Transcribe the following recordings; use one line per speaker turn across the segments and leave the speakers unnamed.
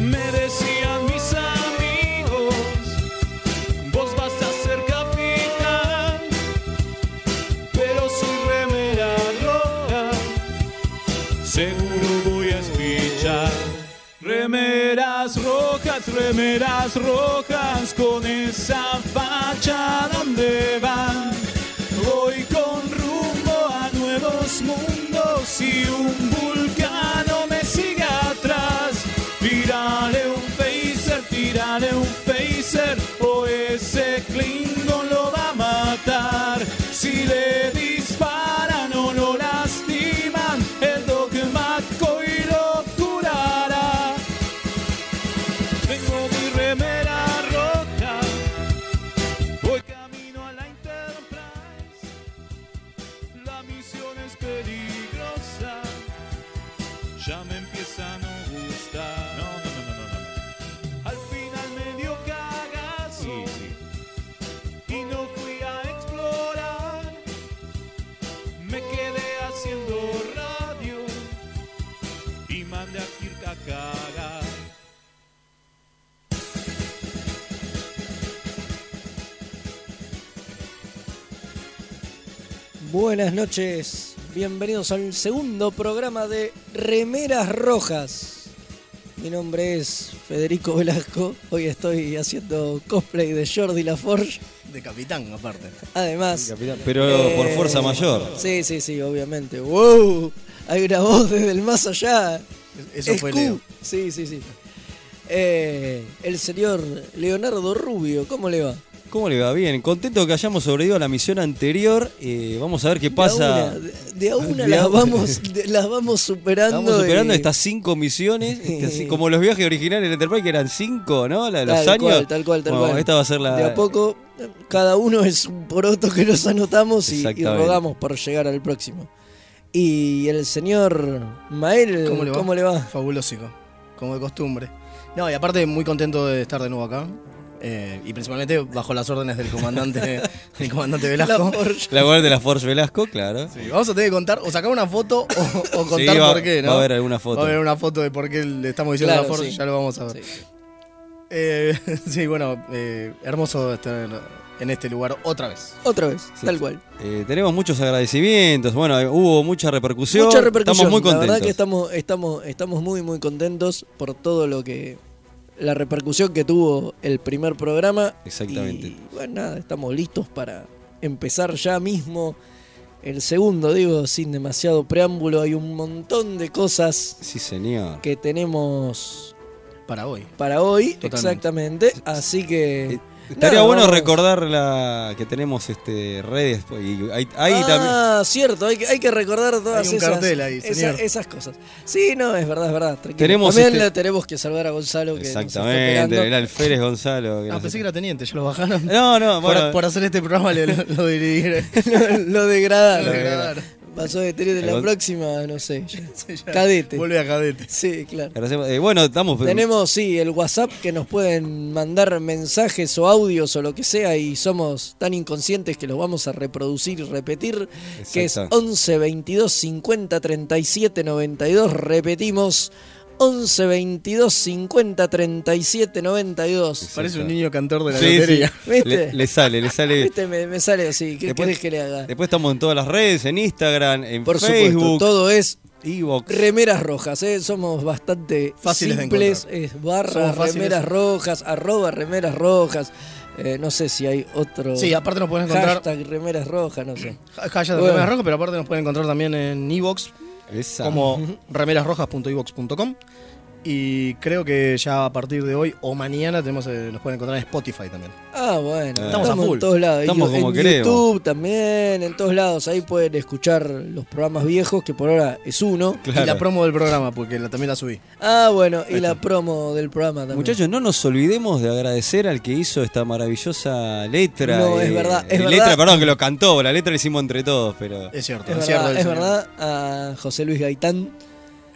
Me decían mis amigos, vos vas a ser capitán, pero soy remera roja, seguro voy a escuchar. Remeras rojas, remeras rojas, con esa facha donde van. Voy con rumbo a nuevos mundos y un vulcano me sigue atrás. Tírale un phaser, tírale un phaser, o ese Klingon lo va a matar. Si le disparan o lo lastiman, el dogma y lo curará. Tengo mi remera rota, voy camino a la Enterprise. La misión es peligrosa, ya me empieza a no gustar. No, no, no, no, Al final me dio cagazo y no fui a explorar. Me quedé haciendo radio y mandé a Kirk a cagar.
Buenas noches, bienvenidos al segundo programa de Remeras Rojas. Mi nombre es Federico Velasco, hoy estoy haciendo cosplay de Jordi Laforge,
De capitán, aparte.
además...
Pero
eh,
por fuerza mayor.
Sí, sí, sí, obviamente. ¡Wow! Hay una voz desde el más allá.
Es- Eso
Es
fue
Q.
Leo.
Sí, sí, sí. Eh, el señor Leonardo Rubio, ¿cómo le va?
¿Cómo le va? Bien, contento que hayamos sobrevivido a la misión anterior. eh, vamos a ver qué pasa.
De a una, de- de a una
De a
las,
una.
vamos, de- las vamos superando.
Estamos superando
y-
estas cinco misiones, este, así como los viajes originales de Enterprise, que eran cinco, ¿no? La de los
Tal
años.
cual, tal cual, tal
Bueno,
cual.
Esta va a ser la.
De a poco, cada uno es un poroto que nos anotamos y, y
Exactamente.
rogamos por llegar al próximo. Y el señor Mael, ¿cómo le va?
Fabulósico, como de costumbre. No, y aparte muy contento de estar de nuevo acá. eh, y principalmente bajo las órdenes del comandante, del comandante Velasco.
La guardia de la Force Velasco, claro.
Sí, vamos a tener que contar, o sacar una foto o, o
Sí,
contar
va-
por qué, ¿no?
va a haber alguna foto.
Va a haber una foto de por qué le estamos diciendo
Claro,
la Ford,
sí.
ya lo vamos a ver.
Sí.
Eh, sí, bueno, eh, hermoso estar en este lugar otra vez.
Otra vez,
Sí,
tal
sí.
cual.
Eh, tenemos muchos agradecimientos. Bueno, eh, hubo mucha repercusión.
Mucha repercusión.
oh, Estamos muy contentos.
La verdad que estamos, estamos, estamos muy, muy contentos por todo lo que. La repercusión que tuvo el primer programa.
Exactamente.
Y bueno, nada, estamos listos para empezar ya mismo el segundo, digo, sin demasiado preámbulo. Hay un montón de cosas
Sí, señor.
que tenemos
Para hoy. Ah,
para hoy,
Totalmente.
exactamente. Así que.
Eh, Estaría
nada,
bueno
vamos-
recordar la que tenemos este redes. Y ahí, ahí también.
ah, cierto, hay que, hay que recordar todas
Hay un
esas,
cartel ahí,
esa-
señor.
esas cosas. Sí, no, es verdad, es verdad. tranquilo.
Tenemos
También
este-
le tenemos que salvar a Gonzalo. Que nos está
Exactamente, el
esperando.
alférez Gonzalo. que
Ah, pensé
nos
que
está-
era teniente, ya lo bajaron.
No, no,
por,
bueno,
por hacer este programa le- lo, lo dirigiré.
lo, lo degradaron.
Lo degradaron.
Pasó de tener en la
Gon-
próxima, no sé. ya.
Sí, ya.
Cadete.
Vuelve a cadete.
Sí, claro.
agradecemos- eh, bueno, estamos.
Tenemos, sí, el WhatsApp que nos pueden mandar mensajes o audios o lo que sea y somos tan inconscientes que los vamos a reproducir y repetir, que es
Exacto.
11 22 50 37 92, repetimos 11 22 50 37 92.
Parece un
Exacto.
niño cantor de la
Sí, sí,
lotería.
¿Viste?
le, le sale, le sale.
¿Viste? Este Me, me sale así, ¿qué
Después-
querés que le haga?
Después estamos en todas las redes, en Instagram, en
Por supuesto,
Facebook,
todo es
Evox.
Remeras rojas, ¿eh? somos bastante
Fáciles de
simples,
encontrar.
es barra
Somos fáciles.
remeras rojas, arroba remeras rojas, eh, no sé si hay otro
Sí, aparte nos pueden encontrar.
hashtag remeras rojas, no sé.
ha- Hashtag de
Bueno.
Remeras Rojas, pero aparte nos pueden encontrar también en Evox,
Esa.
como remerasrojas.evox.com. Y creo que ya a partir de hoy o mañana tenemos, eh, nos pueden encontrar en Spotify también.
Ah, bueno,
Estamos
estamos,
a
en
full.
todos lados,
Estamos
Y
como
en
queremos.
YouTube también, en todos lados, ahí pueden escuchar los programas viejos, que por ahora es uno.
Claro.
Y la promo del programa, porque la- también la subí.
Ah, bueno, y la promo del programa también.
Muchachos, no nos olvidemos de agradecer al que hizo esta maravillosa letra.
No, es verdad, es
eh,
verdad.
Letra, perdón, que lo cantó, la letra la hicimos entre todos, pero.
Es cierto,
es
cierto,
verdad, es
cierto.
verdad, a José Luis Gaitán,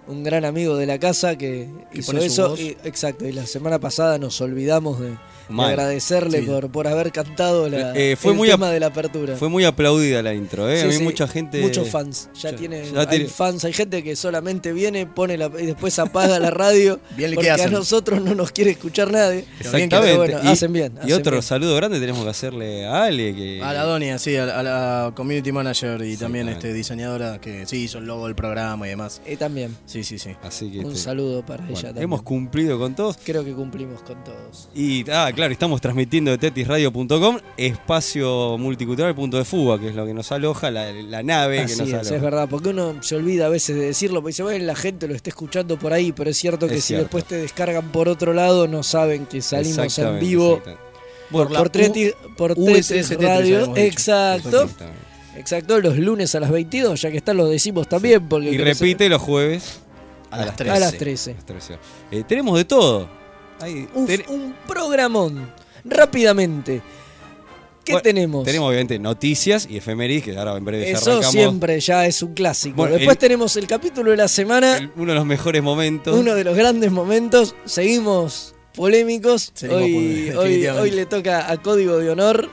un gran amigo de la casa que
Que
hizo
pone su
eso.
voz.
y- exacto, y la semana pasada nos olvidamos de, de
Mal.
agradecerle
Sí.
por, por haber cantado la,
Eh, eh, fue
el
muy
tema
ap-
de la apertura.
Fue muy aplaudida la intro, ¿eh?
Sí,
a mí
sí,
mucha gente.
Muchos fans. Ya,
Ya-
tiene,
ya
hay
tiene-
fans. Hay gente que solamente viene, pone la, y después apaga la radio.
Bien le
porque
que
a
hacen.
nosotros no nos quiere escuchar nadie.
Exactamente.
Pero bueno,
y,
hacen bien.
y
hacen
otro
bien.
saludo grande tenemos que hacerle a Ale. Que,
A la Donia, sí, a la, a la community manager y también
Exactamente.
este diseñadora que sí hizo el logo del programa y demás.
Y también.
Sí, sí, sí.
Así que.
Un
este,
saludo para
bueno,
ella también.
hemos cumplido con todos.
Creo que cumplimos con todos.
Y, ah, claro, estamos transmitiendo de tetisradio.com, espacio multicultural punto de fuga, que es lo que nos aloja, la, la nave
Así
que nos
es,
aloja.
es verdad, porque uno se olvida a veces de decirlo, porque dice, bueno, la gente lo está escuchando por ahí, pero es cierto que
Es
si
cierto.
después te descargan por otro lado, no saben que salimos en
Exactamente,
vivo
exactamente.
por,
Por la
por, Tetis- por
USS
Tetis
Tetris,
Radio.
habíamos dicho.
Exacto,
Exactamente.
exacto, los lunes a las 22, ya que están los decimos también. Porque
Y
creo que-
repite los jueves
A las 13.
a las 13.
las 13. Eh, tenemos de todo. Hay-
Un,
ten-
un programón, rápidamente. ¿Qué
bueno,
tenemos?
Tenemos, obviamente, noticias y efemérides, que ahora en breve ya
Eso
arrancamos.
siempre ya es un clásico.
Bueno,
Después
el-
tenemos el capítulo de la semana.
El- uno de los mejores momentos.
Uno de los grandes momentos. Seguimos polémicos.
Seguimos
hoy,
polémicos,
hoy,
definitivamente.
hoy le toca a Código de Honor.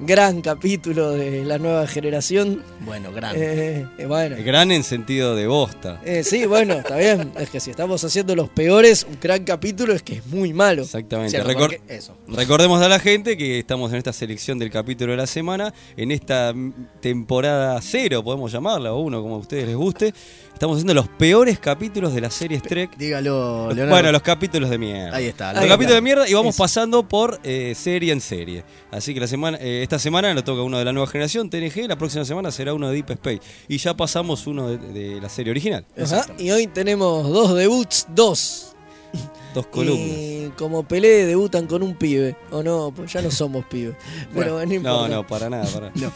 Gran capítulo de la nueva generación.
Bueno, grande.
Eh, eh, bueno.
Gran en sentido de bosta.
Eh, sí, bueno, está bien. Es que si estamos haciendo los peores, un gran capítulo es que es muy malo.
Exactamente.
Cierto,
Recor-
porque- Eso.
Recordemos a la gente que estamos en esta selección del capítulo de la semana, en esta mm, temporada cero, podemos llamarla, o uno, como a ustedes les guste. Estamos haciendo los peores capítulos de la serie Trek.
Dígalo,
Los-
Leonardo.
bueno, los capítulos de mierda.
Ahí está.
Los
Ahí
capítulos
está.
de mierda y vamos
Eso.
pasando por eh, serie en serie. Así que la semana, eh, esta semana nos toca uno de la nueva generación, TNG, la próxima semana será uno de Deep Space. Y ya pasamos uno de, de la serie original.
Ajá, Y hoy tenemos dos debuts, dos.
Dos columnas.
Y como Pelé debutan con un pibe. O no, pues ya no somos pibes. Pero bueno, no
No,
importa.
no, para nada, para
No.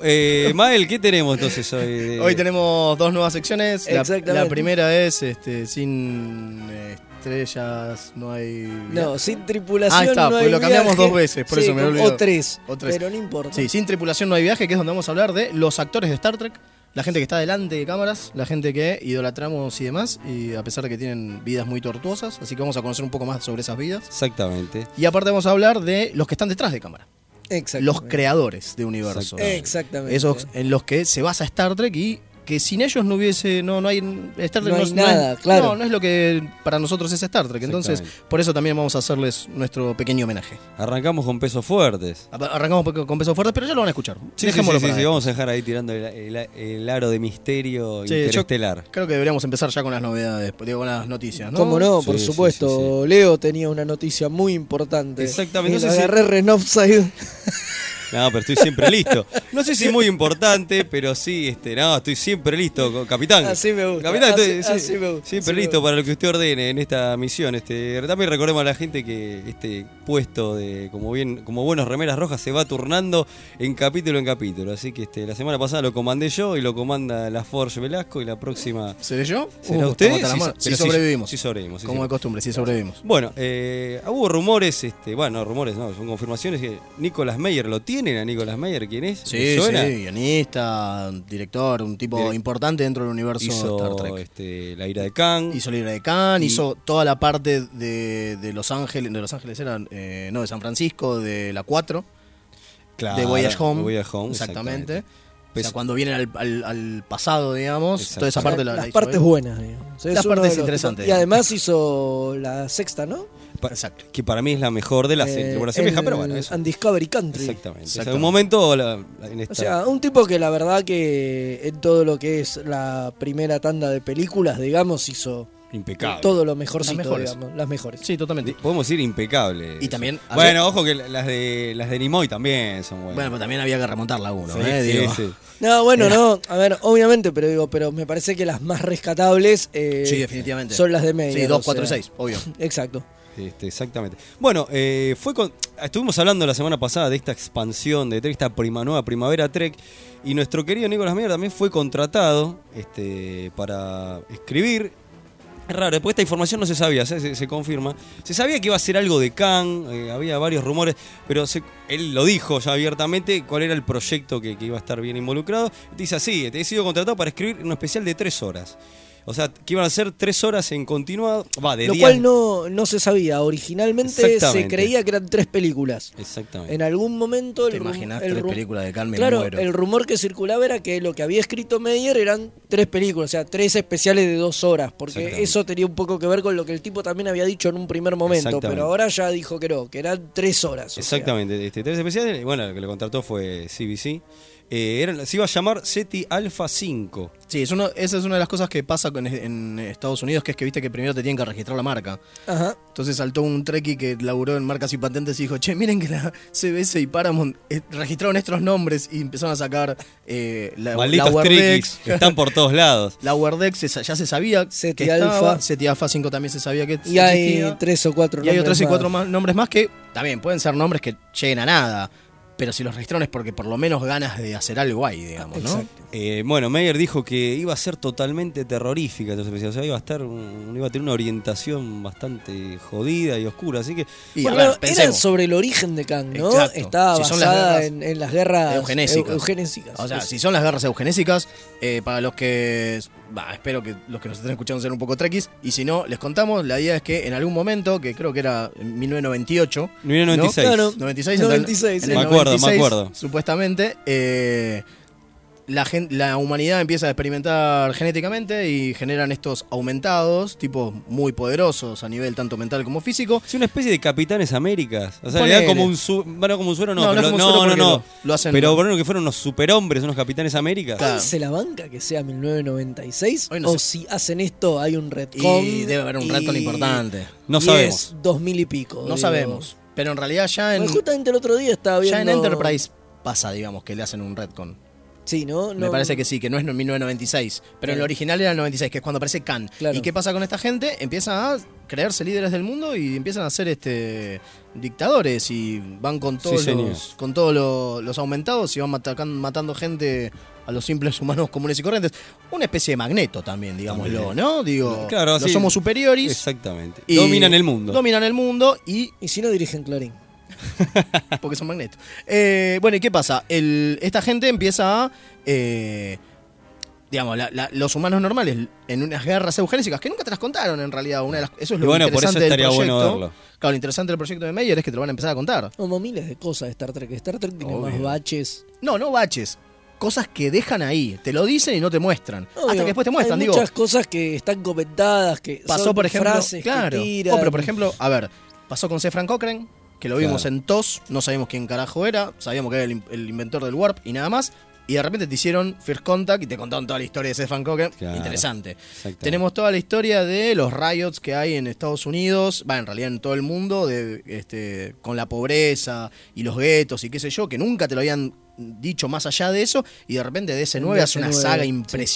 Eh, Mael, ¿qué tenemos entonces hoy? de-
Hoy tenemos dos nuevas secciones. La,
Exactamente.
la primera es este, sin eh, estrellas, no hay.
No, sin tripulación.
Ah, está,
no
porque
hay
lo cambiamos
viaje.
dos veces, por
Sí,
eso me
con-
había olvidado.
O tres,
O tres.
Pero no importa.
Sí, sin tripulación no hay viaje, que es donde vamos a hablar de los actores de Star Trek, la gente que está delante de cámaras, la gente que idolatramos y demás, y a pesar de que tienen vidas muy tortuosas, así que vamos a conocer un poco más sobre esas vidas.
Exactamente.
Y aparte vamos a hablar de los que están detrás de cámara,
Exactamente.
los creadores de universos.
Exactamente.
Esos en los que se basa Star Trek y que sin ellos no hubiese, no, no hay, Star Trek
No hay
es-
nada,
es,
claro.
No, no es lo que para nosotros es Star Trek, entonces
Exactamente.
por eso también vamos a hacerles nuestro pequeño homenaje.
Arrancamos con pesos fuertes.
Arrancamos con pesos fuertes, pero ya lo van a escuchar.
Sí, sí,
Dejémoslo
sí,
para
sí, vamos a dejar ahí tirando el, el- el aro de misterio
Sí, yo-
interestelar.
Creo que deberíamos empezar ya con las novedades, pues, digo, con las noticias, ¿no?
¿Cómo no? Por
Sí, sí,
supuesto.
sí,
Leo tenía una noticia muy importante.
Exactamente,
Y
no
la
sé si-
agarré Renopside.
No, pero estoy siempre listo. No sé si es muy importante, pero sí, este, no, estoy siempre listo, co- capitán.
Así me gusta,
Capitán, estoy-
así-
sí,
así me gusta,
siempre
así me
listo
gusta.
para lo que usted ordene en esta misión. Este, también recordemos a la gente que este puesto de como bien, como buenos remeras rojas se va turnando en capítulo en capítulo. Así que este, la semana pasada lo comandé yo y lo comanda la Forge Velasco y la próxima
¿Seré yo?
será
Uh,
usted.
estamos hasta la
Sí,
mano.
pero
Si
sí,
sobrevivimos.
sí sobrevivimos, sí,
Como
sí.
de costumbre, si sobrevivimos.
Bueno, eh, hubo rumores, este, bueno, no rumores no, son confirmaciones que Nicolas Meyer, ¿lo tienen a Nicolas Meyer? ¿Quién es? ¿Le
Sí,
suena?
sí, guionista, director, un tipo
Direct-
importante dentro del universo de Star
Hizo
Trek.
este, La ira de Khan.
Hizo Libre de Khan,
Y-
hizo toda la parte de, de Los Ángeles, de Los Ángeles era, eh, no, de San Francisco, de la 4,
Claro,
de Voyage Home.
Voyage Home,
exactamente. O
Pues-
sea, cuando vienen al, al- al pasado, digamos, toda esa
Exacto.
parte la, la
Las
hizo
partes
él.
buenas, digamos. Es
Las
uno
partes
de los
interesantes.
tipos- Y además hizo la sexta, ¿no?
Pa-
Exacto.
Que para mí es la mejor de las
Eh,
series. tripulación vieja,
el-
pero bueno, eso.
And Discovery Country.
Exactamente. O sea, en
Exactamente.
un momento la- la- en esta-
O sea, un tipo que la verdad que en todo lo que es la primera tanda de películas, digamos, hizo
impecable.
todo lo mejorcito,
Las mejores.
digamos, las mejores.
Sí, totalmente.
Podemos decir impecable.
Y también-
Bueno, ojo que las de las de Nimoy también son buenas.
Bueno, pero también había que remontarla a uno,
Sí,
¿eh?
sí,
Digo.
sí.
No,
Eh.
bueno, no, a ver, obviamente, pero digo, pero me parece que las más rescatables eh,
Sí, definitivamente.
son las de Meyer.
Sí,
o
2, 4 y
sea.
6, obvio.
Exacto.
Este, exactamente. Bueno, eh, fue con, estuvimos hablando la semana pasada de esta expansión de Trek, esta prima nueva primavera Trek, y nuestro querido Nicolás Meyer también fue contratado este, para escribir. Es raro, porque esta información no se sabía, se, se- se confirma. Se sabía que iba a ser algo de Khan, eh, había varios rumores, pero se- él lo dijo ya abiertamente cuál era el proyecto que, que iba a estar bien involucrado. Dice así, te he sido contratado para escribir un especial de tres horas. O sea, que iban a ser tres horas en continuado. Va, de
Lo
día-
cual no, no se sabía. Originalmente se
Exactamente.
creía que eran tres películas.
Exactamente.
En algún momento
¿Te
el, rum-
imaginás
el
tres
rum-
películas de Carmen
Claro,
Muero?
el rumor que circulaba era que lo que había escrito Meyer eran tres películas, o sea, tres especiales de dos horas, porque
Exactamente.
eso tenía un poco que ver con lo que el tipo también había dicho en un primer momento,
Exactamente.
pero ahora ya dijo que no, que eran tres horas. o sea.
Exactamente, este, tres especiales, y bueno, lo que lo contrató fue CBC. Eh, eran- se iba a llamar SETI Alpha 5.
Sí, es uno- esa es una de las cosas que pasa con- en Estados Unidos, que es que viste que primero te tienen que registrar la marca.
Ajá.
Entonces saltó un treki que laburó en marcas y patentes y dijo, che, miren que la CBS y Paramount eh, registraron estos nombres y empezaron a sacar eh, la, la
Malditos triquis,
Wardex.
que están por todos lados.
La Wardex se sa- ya se sabía
Seti
que estaba,
Alpha.
Seti Alpha 5 también se sabía que
Y hay
existía.
tres o cuatro
Y hay
nombres
otros y
más.
cuatro más, nombres más que también pueden ser nombres que lleguen a nada. Pero si los registraron es porque por lo menos ganas de hacer algo hay, digamos, ¿no?
Exacto.
Eh, bueno, Meyer dijo que iba a ser totalmente terrorífica estos especiales. O sea, iba a, estar un- iba a tener una orientación bastante jodida y oscura. Así que
Y,
Bueno,
a ver,
claro, eran
pensemos.
sobre el origen de Kang, ¿no?
Exacto.
Estaba
Si son las
basada
guerras
en, en las guerras
eugenésicas.
eu- eugenésicas.
O sea,
Sí,
si son las guerras eugenésicas, eh, para los que. bah, espero que los que nos estén escuchando sean un poco trequis. Y si no, les contamos. La idea es que en algún momento, que creo que era en 1998.
1996.
Claro.
¿no? 96,
96,
en
sí.
el
Me acuerdo, me
96,
acuerdo.
Supuestamente, eh, la, gen- la humanidad empieza a experimentar genéticamente y generan estos aumentados, tipos muy poderosos a nivel tanto mental como físico.
Es una especie de Capitanes Américas. O sea, le dan
Ponele.
como un su- bueno, como un suero, no,
No, no
pero
es
lo-
como un
no,
suero
no,
porque
no.
lo- lo hacen-
Pero bueno, que fueron unos superhombres, unos Capitanes Américas.
Claro.
¿Se la banca que sea 1996?
Hoy no
o
sé.
si hacen esto, hay un retcon.
Y debe haber un
y-
ratón importante.
No
y
sabemos.
Es 2000 y pico.
No
digo.
sabemos. Pero en realidad ya en,
Bueno, justamente el otro día estaba viendo.
ya en Enterprise pasa, digamos, que le hacen un retcon.
Sí, ¿no?
Me
No-
parece que sí, que no es en 1996. Pero en el
Claro.
original era el 96, que es cuando aparece Khan.
Claro.
¿Y qué pasa con esta gente? Empiezan a creerse líderes del mundo y empiezan a ser este dictadores y van con todos
Sí, señor.
los, con todos lo- los, aumentados y van matacan- matando gente a los simples humanos comunes y corrientes. Una especie de magneto también, digámoslo,
También.
¿no? Digo,
Claro,
los
sí.
somos superiores.
Exactamente.
y-
Dominan el mundo.
Dominan el mundo y
Y si no dirigen Clarín.
porque son magnetos. Eh, bueno, ¿y qué pasa? El- esta gente empieza a. eh, digamos, la- la- los humanos normales en unas guerras eugenésicas que nunca te las contaron en realidad. Una de las, eso es lo
Y bueno, por eso
interesante
estaría
del
bueno
proyecto.
verlo.
Claro, lo interesante del proyecto de Meyer es que te lo van a empezar a contar.
Como miles de cosas de Star Trek. Star Trek tiene
Obvio.
más baches.
No, no baches. Cosas que dejan ahí. Te lo dicen y no te muestran. Hasta
Obvio,
que después te muestran.
hay
Digo,
muchas cosas que están comentadas, que
pasó
son
por ejemplo.
frases que
claro.
tiran.
Oh, pero por ejemplo, a ver, pasó con C. Frank Cochran, que lo vimos
Claro.
en TOS, no sabíamos quién carajo era, sabíamos que era el, in- el inventor del Warp y nada más. Y de repente te hicieron First Contact y te contaron toda la historia de C. Frank Cochran.
Claro.
Interesante.
Exactamente.
Tenemos toda la historia de los riots que hay en Estados Unidos, va, en realidad en todo el mundo, de, este, con la pobreza y los guetos y qué sé yo, que nunca te lo habían dicho más allá de eso, y de repente de ese 9 hace una
DC9,
saga
sí.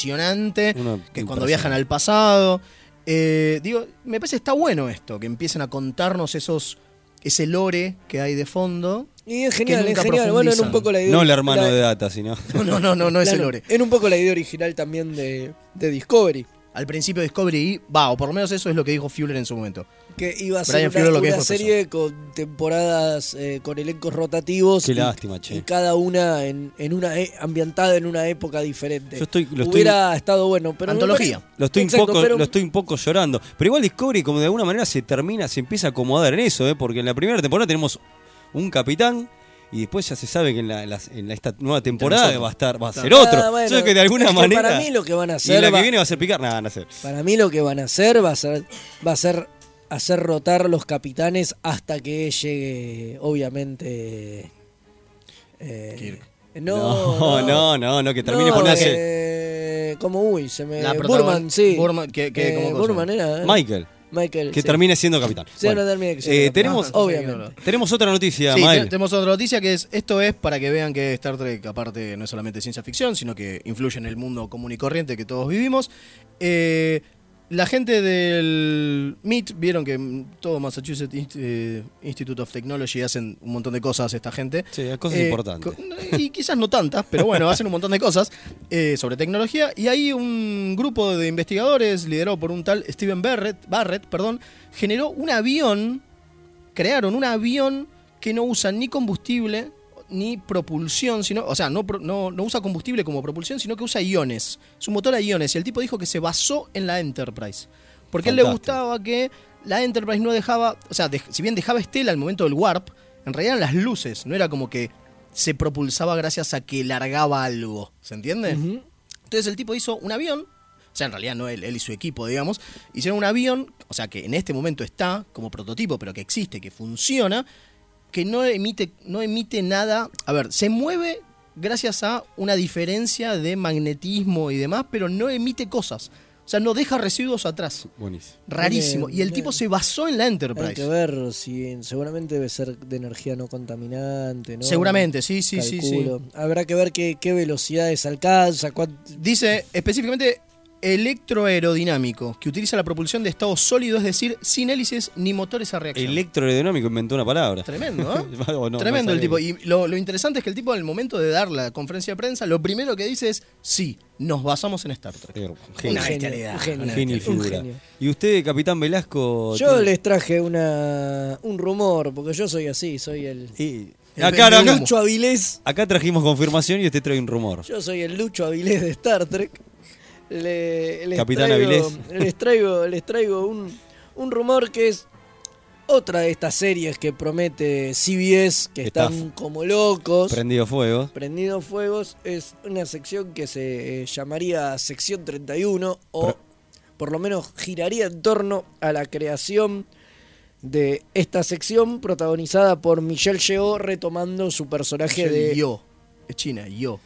impresionante,
Una
que es cuando
impresionante.
viajan al pasado. Eh, digo, me parece que está bueno esto, que empiecen a contarnos esos ese lore que hay de fondo.
Y es genial,
que
es
nunca
genial. Bueno, en un
profundizan.
poco la idea.
No el hermano
la-
de Data, sino.
No, no, no, no, no es el
claro,
lore.
En un poco la idea original también de, de Discovery.
Al principio Discovery va, o por lo menos eso es lo que dijo Fuller en su momento.
Que iba a ser
Brian
una,
Fuller lo que
una
es profesor.
serie con temporadas, eh, con elencos rotativos.
Qué
y-
lástima, che.
Y cada una en, en una e- ambientada en una época diferente.
Yo estoy- lo estoy-
Hubiera estado bueno, pero. me
Antología.
parece-
Lo estoy,
Exacto,
un poco,
pero-
lo estoy un poco llorando. Pero igual Discovery como de alguna manera se termina, se empieza a acomodar en eso, ¿eh? porque en la primera temporada tenemos un capitán y después ya se sabe que en, la- las- en la- esta nueva temporada
otro.
va a estar va a ser
Ah,
otro.
bueno,
Yo creo que de alguna
es que
manera...
Para mí lo que van a
y
hacer.
la
va-
que viene va a ser picar, nada, no sé.
Para mí lo que van a hacer va a ser, va a ser hacer rotar los capitanes hasta que llegue, obviamente. eh,
Kirk.
No,
No, no, no, no, que termine
No,
por una se-
eh, Como uy, se me.
La protagon-
Burman, sí.
Burman, que- que-
Eh,
¿cómo cosa?
Burman era. eh.
Michael,
Michael.
que
sí.
termine siendo capitán.
Sí,
Bueno,
no termine que sea
eh,
capitán.
tenemos,
Ajá. Obviamente.
tenemos otra noticia,
Sí,
Mael.
te- tenemos otra noticia que es, esto es para que vean que Star Trek aparte no es solamente ciencia ficción, sino que influye en el mundo común y corriente que todos vivimos. Eh, la gente del MIT, vieron que mm, todo Massachusetts Inst- eh, Institute of Technology hacen un montón de cosas esta gente. Eh,
Sí, cosas importantes.
co- Y quizás no tantas, pero bueno, hacen un montón de cosas eh, sobre tecnología. Y hay un grupo de investigadores liderado por un tal Steven Barrett, Barrett perdón, generó un avión crearon un avión que no usa ni combustible, ni propulsión, sino, o sea, no, pro- no, no usa combustible como propulsión, sino que usa iones. Es un motor a iones. Y el tipo dijo que se basó en la Enterprise. Porque a él le
Fantástico.
gustaba que la Enterprise no dejaba, o sea, dej- si bien dejaba estela al momento del warp, en realidad eran las luces, no era como que se propulsaba gracias a que largaba algo. ¿Se entiende? Entonces el tipo hizo un avión, o sea, en realidad no él, él y su equipo, digamos, hicieron un avión, o sea, que en este momento está como prototipo, pero que existe, que funciona, que no emite, no emite nada. A ver, se mueve gracias a una diferencia de magnetismo y demás, pero no emite cosas. O sea, no deja residuos atrás.
Buenísimo.
Rarísimo. Y el tipo se basó en la
Hay que
Enterprise.
ver si seguramente debe ser de energía no contaminante, ¿no?
Seguramente, sí, sí, sí, sí.
Calculo. Habrá que ver qué, qué velocidades alcanza, cuán-
Dice específicamente electroaerodinámico, que utiliza la propulsión de estado sólido, es decir, sin hélices ni motores a reacción.
Electroaerodinámico inventó una palabra.
Tremendo, ¿eh?
O no,
Tremendo
no
el tipo.
sabía.
Y lo, lo interesante es que el tipo, al momento de dar la conferencia de prensa, lo primero que dice es: Sí, nos basamos en Star Trek.
Eh,
Una
genio.
genio,
bestialidad,
un genio,
una
Genio y
un
bestialidad.
figura.
genio.
Y usted, Capitán Velasco.
Yo
tiene-
les traje una, un rumor, porque yo soy así, soy el
Y-
El
Acá, acá-
pendulomo.
Lucho Avilés.
acá trajimos confirmación y usted trae un rumor.
Yo soy el Lucho Avilés de Star Trek. Le- les
Capitán
traigo-
Avilés.
Les traigo, les traigo un, un rumor que es otra de estas series que promete CBS, que
Está
están como locos.
Prendido fuego.
Prendido Fuegos es una sección que se eh, llamaría Sección 31 o
Pero-
por lo menos giraría en torno a la creación de esta sección protagonizada por Michelle Yeoh retomando su personaje de...
Yo. Es China, yo.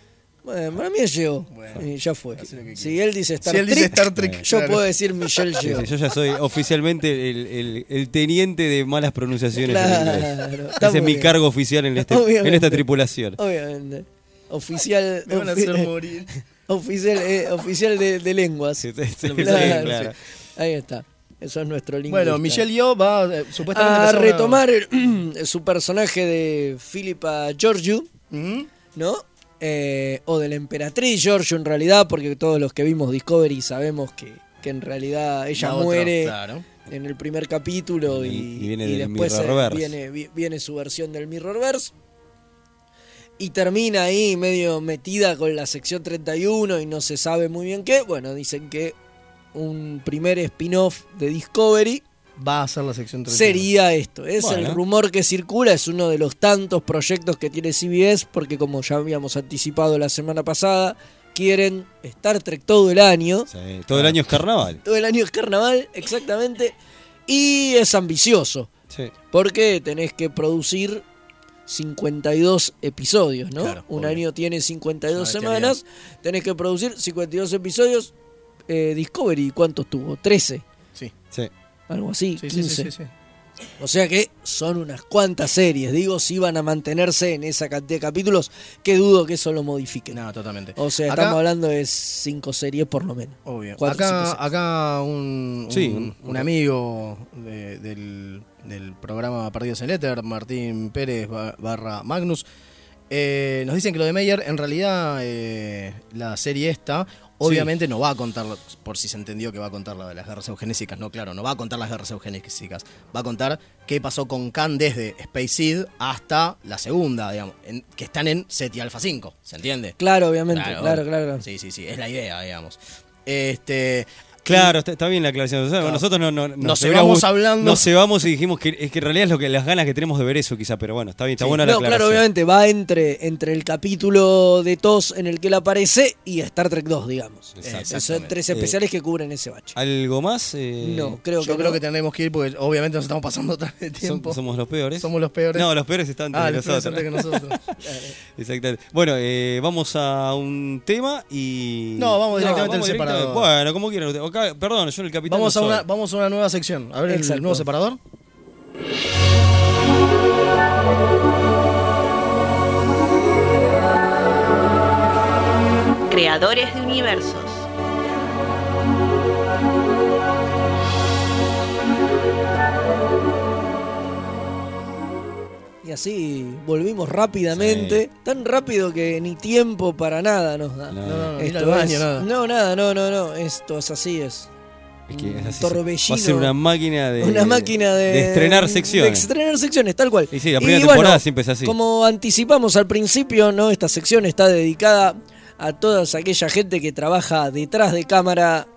Bueno, para mí es Yeoh,
Bueno,
Eh, ya fue.
hace lo que
Si él dice Star
Si él
Trek,
dice Star Trek,
yo
claro.
puedo decir Michelle
Sí,
Yeoh.
sí, yo ya soy oficialmente el, el- el teniente de malas pronunciaciones en
Claro,
inglés.
está
Ese es
muy
mi
bien.
cargo oficial en, este-
Obviamente.
en esta tripulación.
Obviamente. Oficial,
Me van a
ofi-
hacer morir.
oficial, eh, oficial de, de lenguas.
Sí, sí, sí,
Claro,
claro.
sí. Ahí está. Eso es nuestro link.
Bueno, Michelle Yo va eh, supuestamente
a
empezar una-
retomar el- su personaje de Philippa Georgiou,
¿Mm?
¿no? Eh, o de la emperatriz Georgiou en realidad, porque todos los que vimos Discovery sabemos que, que en realidad ella
La otra,
muere
claro.
en el primer capítulo y,
Y viene
y
del
después eh,
Mirrorverse.
viene, vi- viene su versión del Mirrorverse. Y termina ahí medio metida con la sección 31 y no se sabe muy bien qué. Bueno, dicen que un primer spin-off de Discovery
Va a ser la sección 31.
sería esto. Es
Bueno.
el rumor que circula, es uno de los tantos proyectos que tiene CBS, porque como ya habíamos anticipado la semana pasada, quieren Star Trek todo el año.
Sí, Todo el año es carnaval.
Todo el año es carnaval, exactamente. Y es ambicioso,
Sí.
porque tenés que producir 52 episodios, ¿no?
Claro,
Un
obvio.
año tiene 52
Es una bestialidad.
semanas, tenés que producir 52 episodios. Eh, Discovery, ¿cuántos tuvo? 13,
Sí.
sí.
algo así,
Sí,
15.
sí, sí, sí, sí.
O sea que son unas cuantas series, digo, si van a mantenerse en esa cantidad de capítulos, que dudo que eso lo modifiquen.
No, totalmente.
O sea,
Acá-
estamos hablando de cinco series por lo menos.
Obvio.
Cuatro,
acá
cinco, seis.
acá un, un,
Sí, un-
un amigo de- del, del programa Perdidos en Letter, Martín Pérez ba- barra Magnus, eh, nos dicen que lo de Meyer, en realidad, eh, la serie esta, obviamente no va a contar, por si se entendió que va a contar la de las guerras eugenésicas, no, claro, no va a contar las guerras eugenésicas, va a contar qué pasó con Khan desde Space Seed hasta la segunda, digamos, en- que están en SETI Alpha 5, ¿se entiende?
Claro, obviamente,
Claro.
claro, claro. claro.
Sí, sí, sí, es la idea, digamos. Este,
Claro, está, está bien la aclaración. O sea,
Claro.
Nosotros no, no-
Nos
cebamos-
llevamos hablando.
Nos cebamos y dijimos que es que en realidad es lo que las ganas que tenemos de ver eso, quizá, pero bueno, está bien, está
Sí.
buena la
No, claro,
aclaración.
obviamente, va entre, entre el capítulo de TOS en el que él aparece y Star Trek 2, digamos.
Exacto.
Son tres
Eh, ah,
especiales que cubren ese bache.
¿Algo más? Eh,
No, creo
yo
que
creo
no.
que tendremos que ir porque obviamente nos estamos pasando atrás de
som-
tiempo.
somos los peores.
Somos los peores.
No, los peores están
ah,
de
los peores
nosotros.
antes que nosotros.
Exactamente. Bueno, eh, vamos a un tema y.
No, vamos directamente al
directamente-
separador.
Bueno, como quieran. ustedes. Acá- perdón, yo en el capitán.
vamos,
no
a una,
soy.
vamos a una nueva sección. A ver el
Exacto.
nuevo separador.
Ah.
Creadores de universos.
Y así volvimos rápidamente, tan rápido que ni tiempo para nada nos da.
No,
No, no, no, ni
Esto
al baño,
es-
nada.
No, nada, no, no, no. Esto es así, es
Es que es
un
así,
torbellino.
Va a ser una máquina de.
una máquina de,
estrenar
De
secciones.
estrenar secciones, tal cual.
Y sí, la primera temporada siempre es así.
Como anticipamos al principio, ¿no? Esta sección está dedicada a toda aquella gente que trabaja detrás de cámara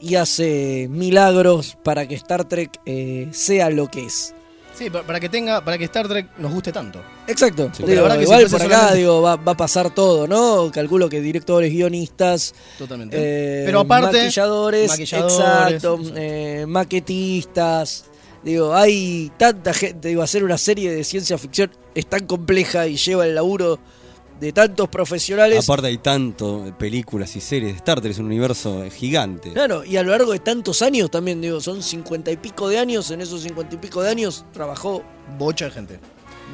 y hace milagros para que Star Trek eh, sea lo que es.
Sí, pa- para que tenga, para que Star Trek nos guste tanto.
Exacto.
Sí,
Digo,
la verdad que
igual
si fuese
por acá
solamente-
digo, va, va a pasar todo, ¿no? Calculo que directores, guionistas,
Totalmente.
eh,
Pero aparte.
maquilladores,
maquilladores,
exacto,
exacto.
eh, maquetistas. Digo, hay tanta gente. Digo, hacer una serie de ciencia ficción es tan compleja y lleva el laburo de tantos profesionales.
Aparte hay tanto eh, películas y series de Star Trek, es un universo eh, gigante.
Claro, y a lo largo de tantos años también, digo, son cincuenta y pico de años. En esos cincuenta y pico de años trabajó
Bocha de gente.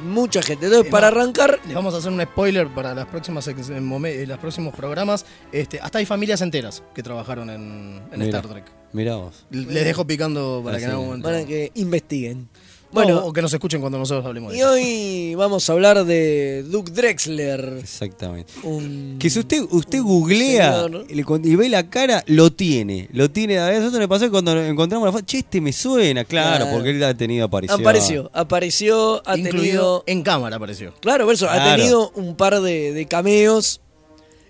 mucha gente. Entonces,
Eh,
para
no.
arrancar,
Les vamos a hacer un spoiler para las próximas ex- en momen- eh, los próximos programas. Este, hasta hay familias enteras que trabajaron en, en
Mira.
Star Trek.
Mirá vos.
L- Les dejo picando para
Así
que en algún
es.
momento.
para que investiguen.
bueno,
Bueno,
o que nos escuchen cuando nosotros hablemos. de
Y
eso.
hoy vamos a hablar de Duke Drexler.
Exactamente.
Un...
Que si usted, usted googlea
señor.
le con- y ve la cara, lo tiene. Lo tiene. A nosotros le pasó cuando encontramos la foto. Che, este me suena. Claro,
Claro.
porque él ha tenido aparición.
Apareció, apareció, ha
Incluido
tenido.
en cámara apareció.
Claro, por eso, ha
Claro.
tenido un par de, de cameos,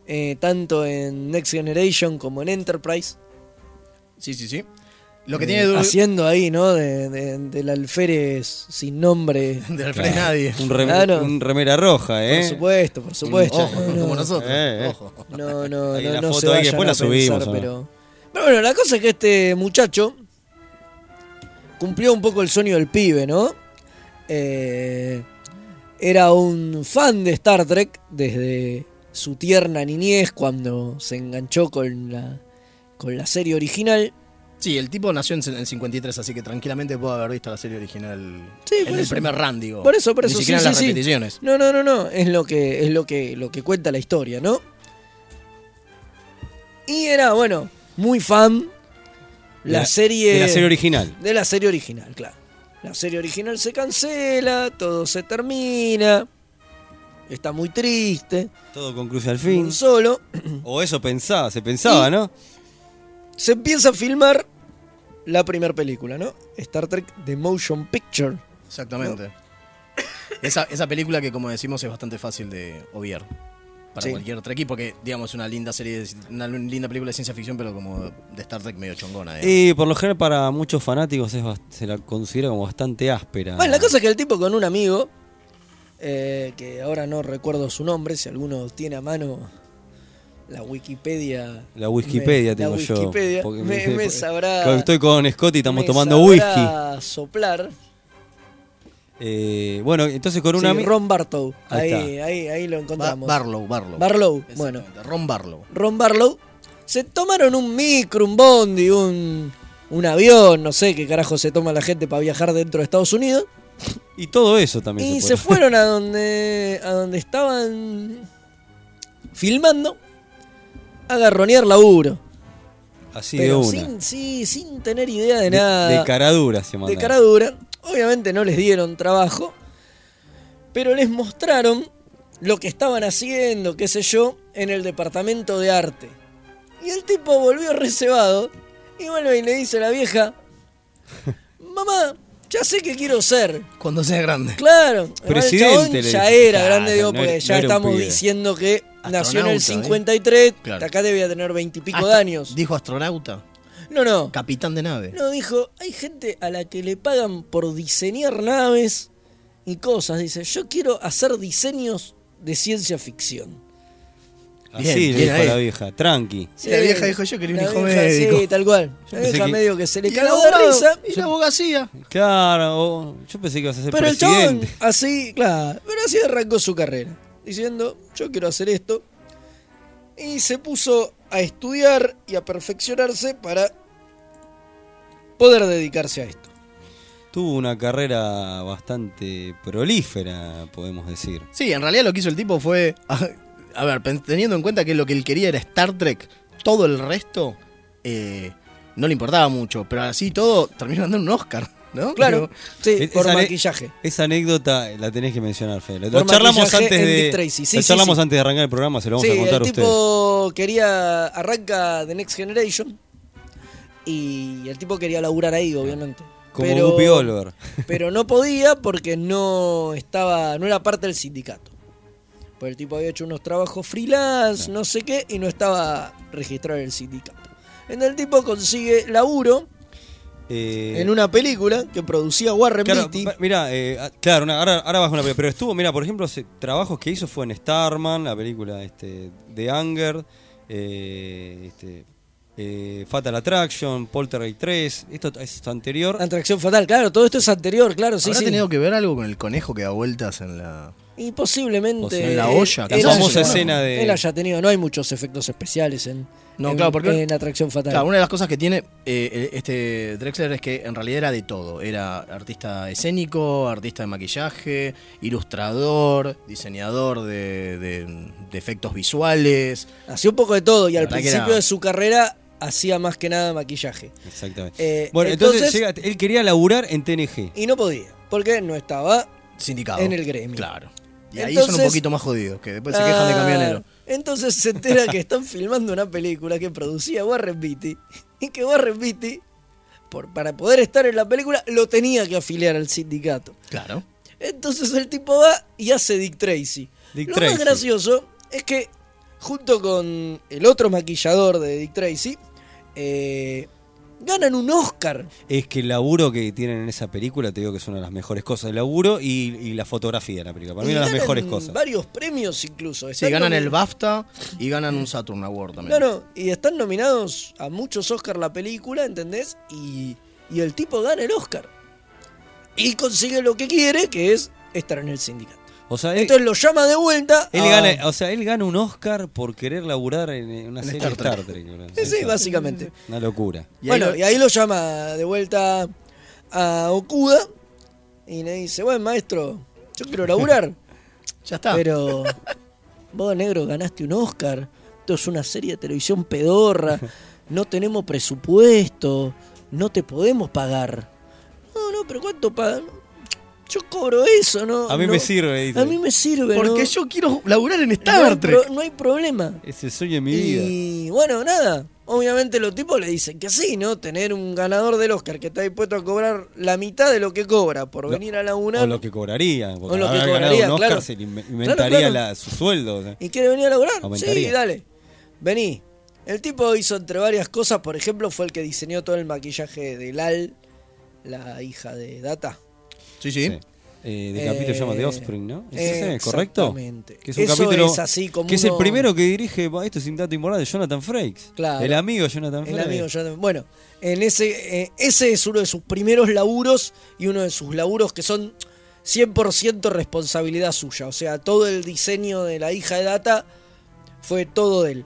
eh, tanto en Next Generation como en Enterprise.
Sí, sí, sí. Lo que
eh,
tiene Duke-
Haciendo ahí, ¿no? De, de- del alférez sin nombre.
de Alfred
Claro.
nadie.
Un, rem-
Claro.
un remera roja, ¿eh?
Por supuesto, por supuesto.
Ojo,
No, no.
como nosotros.
Eh, eh.
Ojo.
No, no,
Hay
no,
una
no
foto
se
ahí que
vayan a
después la subimos,
pensar,
¿o no?
pero... pero bueno, la cosa es que este muchacho cumplió un poco el sueño del pibe, ¿no? Eh, era un fan de Star Trek desde su tierna niñez cuando se enganchó con la, con la serie original.
Sí, el tipo nació en en el 53, así que tranquilamente puedo haber visto la serie original
Sí, por
en el
eso.
primer run, digo.
Por eso, por eso,
Ni
sí,
siquiera en
sí,
las
sí.
repeticiones.
No, no, no, no. Es lo que, es lo que, lo que cuenta la historia, ¿no? Y era, bueno, muy fan.
De
La, serie.
De la serie original.
de la serie original, claro. La serie original se cancela, todo se termina. Está muy triste.
Todo con cruce al fin.
Un solo.
O eso pensaba, se pensaba,
Y-
¿no?
Se empieza a filmar la primera película, ¿no? Star Trek The Motion Picture.
Exactamente. Esa, esa película que, como decimos, es bastante fácil de obviar. Para
Sí.
cualquier Trekkie, porque, digamos, es una linda serie, de- una linda película de ciencia ficción, pero como de Star Trek medio chongona. eh.
Y por lo general para muchos fanáticos es bast- se la considera como bastante áspera.
Bueno, la cosa es que el tipo con un amigo, eh, que ahora no recuerdo su nombre, si alguno tiene a mano la Wikipedia.
La Wikipedia
me-
tengo
la
yo.
Wikipedia,
porque
me,
me-
me
Cuando
sabrá.
Estoy con Scotty, estamos
me
tomando whisky.
sabrá soplar.
Eh, bueno, entonces con una...
Sí,
ami-
Ron Bartow.
Ahí
Ahí,
está.
ahí, ahí lo
Ba-
encontramos.
Barlow, Barlow.
Barlow, bueno.
Exactamente, Ron Barlow.
Ron Barlow. Se tomaron un micro, un bondi, un, un avión, no sé qué carajo se toma la gente para viajar dentro de Estados Unidos.
Y todo eso también.
Y se
se puede.
fueron a donde, a donde estaban filmando a garronear laburo.
Así
Pero
de una.
sin, sí, sin tener idea de,
De-
nada.
De cara dura se
de
mandaron.
cara dura. Obviamente no les dieron trabajo, pero les mostraron lo que estaban haciendo, qué sé yo, en el departamento de arte. Y el tipo volvió recebado y vuelve y le dice a la vieja, mamá, ya sé qué quiero ser.
Cuando sea grande.
Claro, igual el
Presidente,
chabón
le
ya
dice.
era
Claro,
grande, digo,
no
porque
era-
ya
no era un
estamos
pibe.
diciendo que nació en
Astronauta, ¿eh?
el 53,
Claro.
acá debía tener 20 y pico de
Astro-
años.
Dijo astronauta,
No, no.
capitán de nave.
No, dijo, hay gente a la que le pagan por diseñar naves y cosas. Dice, yo quiero hacer diseños de ciencia ficción.
Así
Bien,
le
bien
dijo
ahí.
la vieja, tranqui.
Sí, la vieja dijo, "Yo quería un
la
hijo
vieja,
médico".
Sí, tal cual. La
pensé
vieja
que-
medio que se le
Y el
cagó de
abogado,
risa.
Y la abogacía.
Claro, oh, yo pensé que ibas a ser
Pero el chabón,
presidente.
así, claro, pero así arrancó su carrera. Diciendo, yo quiero hacer esto. Y se puso a estudiar y a perfeccionarse para poder dedicarse a esto.
Tuvo una carrera bastante prolífera, podemos decir.
Sí, en realidad lo que hizo el tipo fue. A, a ver, pen- teniendo en cuenta que lo que él quería era Star Trek, todo el resto eh, no le importaba mucho, pero así todo terminó dando un Oscar, ¿no?
Claro, sí,
Es-
por
E-, esa ne-
maquillaje.
Esa anécdota la tenés que mencionar, Fede. Lo
Por
charlamos
maquillaje
antes
en
de.
Dick Tracy. Sí,
lo
sí,
charlamos
sí.
antes de arrancar el programa, se lo vamos
sí,
a
el
contar a ustedes.
tipo quería arranca The Next Generation y el tipo quería laburar ahí, obviamente.
Como
Pero-
Guppy Olver.
pero no podía porque no estaba, no era parte del sindicato. Porque el tipo había hecho unos trabajos freelance, no sé qué, y no estaba registrado en el sindicato. Entonces el tipo consigue laburo
Eh,
en una película que producía Warren
Claro,
Beatty.
pa- mirá, eh, ah, claro, una- ahora, ahora bajo una película, pero estuvo, mira, por ejemplo, hace- trabajos que hizo fue en Starman, la película este, de Anger, eh, este, eh, Fatal Attraction, Poltergeist 3, esto es anterior.
Atracción fatal, claro, todo esto es anterior, claro, sí,
¿Habrá
sí.
tenido que ver algo con el conejo que da vueltas en la.
Y posiblemente.
En
la
él-
olla,
la
él
famosa
haya-
escena de-
Él haya tenido, no hay muchos efectos especiales en,
No,
en-
claro, porque-
en Atracción Fatal.
Claro, una de las cosas que tiene eh, este Drexler es que en realidad era de todo. Era artista escénico, artista de maquillaje, ilustrador, diseñador de, de- de efectos visuales.
Hacía un poco de todo y al
La verdad que
principio
era-
de su carrera hacía más que nada maquillaje.
Exactamente.
Eh,
bueno, entonces, llega- él quería laburar en TNG.
Y no podía, porque no estaba.
Sindicado.
En el gremio.
Claro. Y ahí son
Entonces-
un poquito más jodidos, que después Pues se quejan de camionero.
Ah, Entonces se entera que están filmando una película que producía Warren Beatty y que Warren Beatty, por, para poder estar en la película, lo tenía que afiliar al sindicato.
Claro.
Entonces el tipo va y hace Dick Tracy.
Dick
lo
Tracy.
más gracioso es que, junto con el otro maquillador de Dick Tracy, eh, ganan un Oscar.
Es que el laburo que tienen en esa película, te digo que es una de las mejores cosas, el laburo y, y la fotografía de la película. Para mí,
Y
una de las
ganan
mejores cosas.
Varios premios incluso.
Sí,
Están
ganan
nomi-
el BAFTA y ganan un Saturn Award también.
No, no, y están nominados a muchos Oscar la película, ¿entendés? Y, y el tipo gana el Oscar. Y consigue lo que quiere, que es estar en el sindicato.
O sea, él,
Entonces lo llama de vuelta.
él
a-
gana, o sea, él gana un Oscar por querer laburar en eh, una
En
serie
Star
Star Trek.
Trek.
boludo.
Sí, sí, básicamente.
Una locura.
Y ahí
bueno,
lo-
y ahí lo llama de vuelta a Okuda y le dice, bueno, maestro, yo quiero laburar,
Ya está.
pero vos, negro, ganaste un Oscar, esto es una serie de televisión pedorra, no tenemos presupuesto, no te podemos pagar. No, no, pero ¿cuánto pagan? Yo cobro eso, ¿no?
A mí
no.
me sirve, dice.
A mí me sirve,
Porque
¿no?
yo quiero laburar en
no hay,
Star Trek.
pro- no hay problema.
Es el sueño de mi vida.
Y bueno, nada. Obviamente los tipos le dicen que sí, ¿no? Tener un ganador del Oscar que está dispuesto a cobrar la mitad de lo que cobra por
Lo-
venir a la UNAM
O lo que cobraría. Porque
O lo que
haber ganado
cobraría,
un Oscar
claro.
se le inve-
Claro,
inventaría
claro.
la- su sueldo. o sea.
y quiere venir a laburar.
Aumentaría.
Sí, dale. Vení. El tipo hizo entre varias cosas, por ejemplo, fue el que diseñó todo el maquillaje de Lal, la hija de Data.
Sí,
Sí.
sí.
Eh, de capítulo
Eh,
llama The Offspring, ¿no? ¿Es ese,
exactamente.
correcto? Que es un
Eso
capítulo
es así como
que es el
uno-
primero que dirige, bah, esto es un dato importante, Jonathan Frakes.
Claro.
El amigo Jonathan
El
Frakes.
amigo Jonathan- Bueno, en ese, eh, ese es uno de sus primeros laburos y uno de sus laburos que son 100% responsabilidad suya. O sea, todo el diseño de la hija de Data fue todo de él.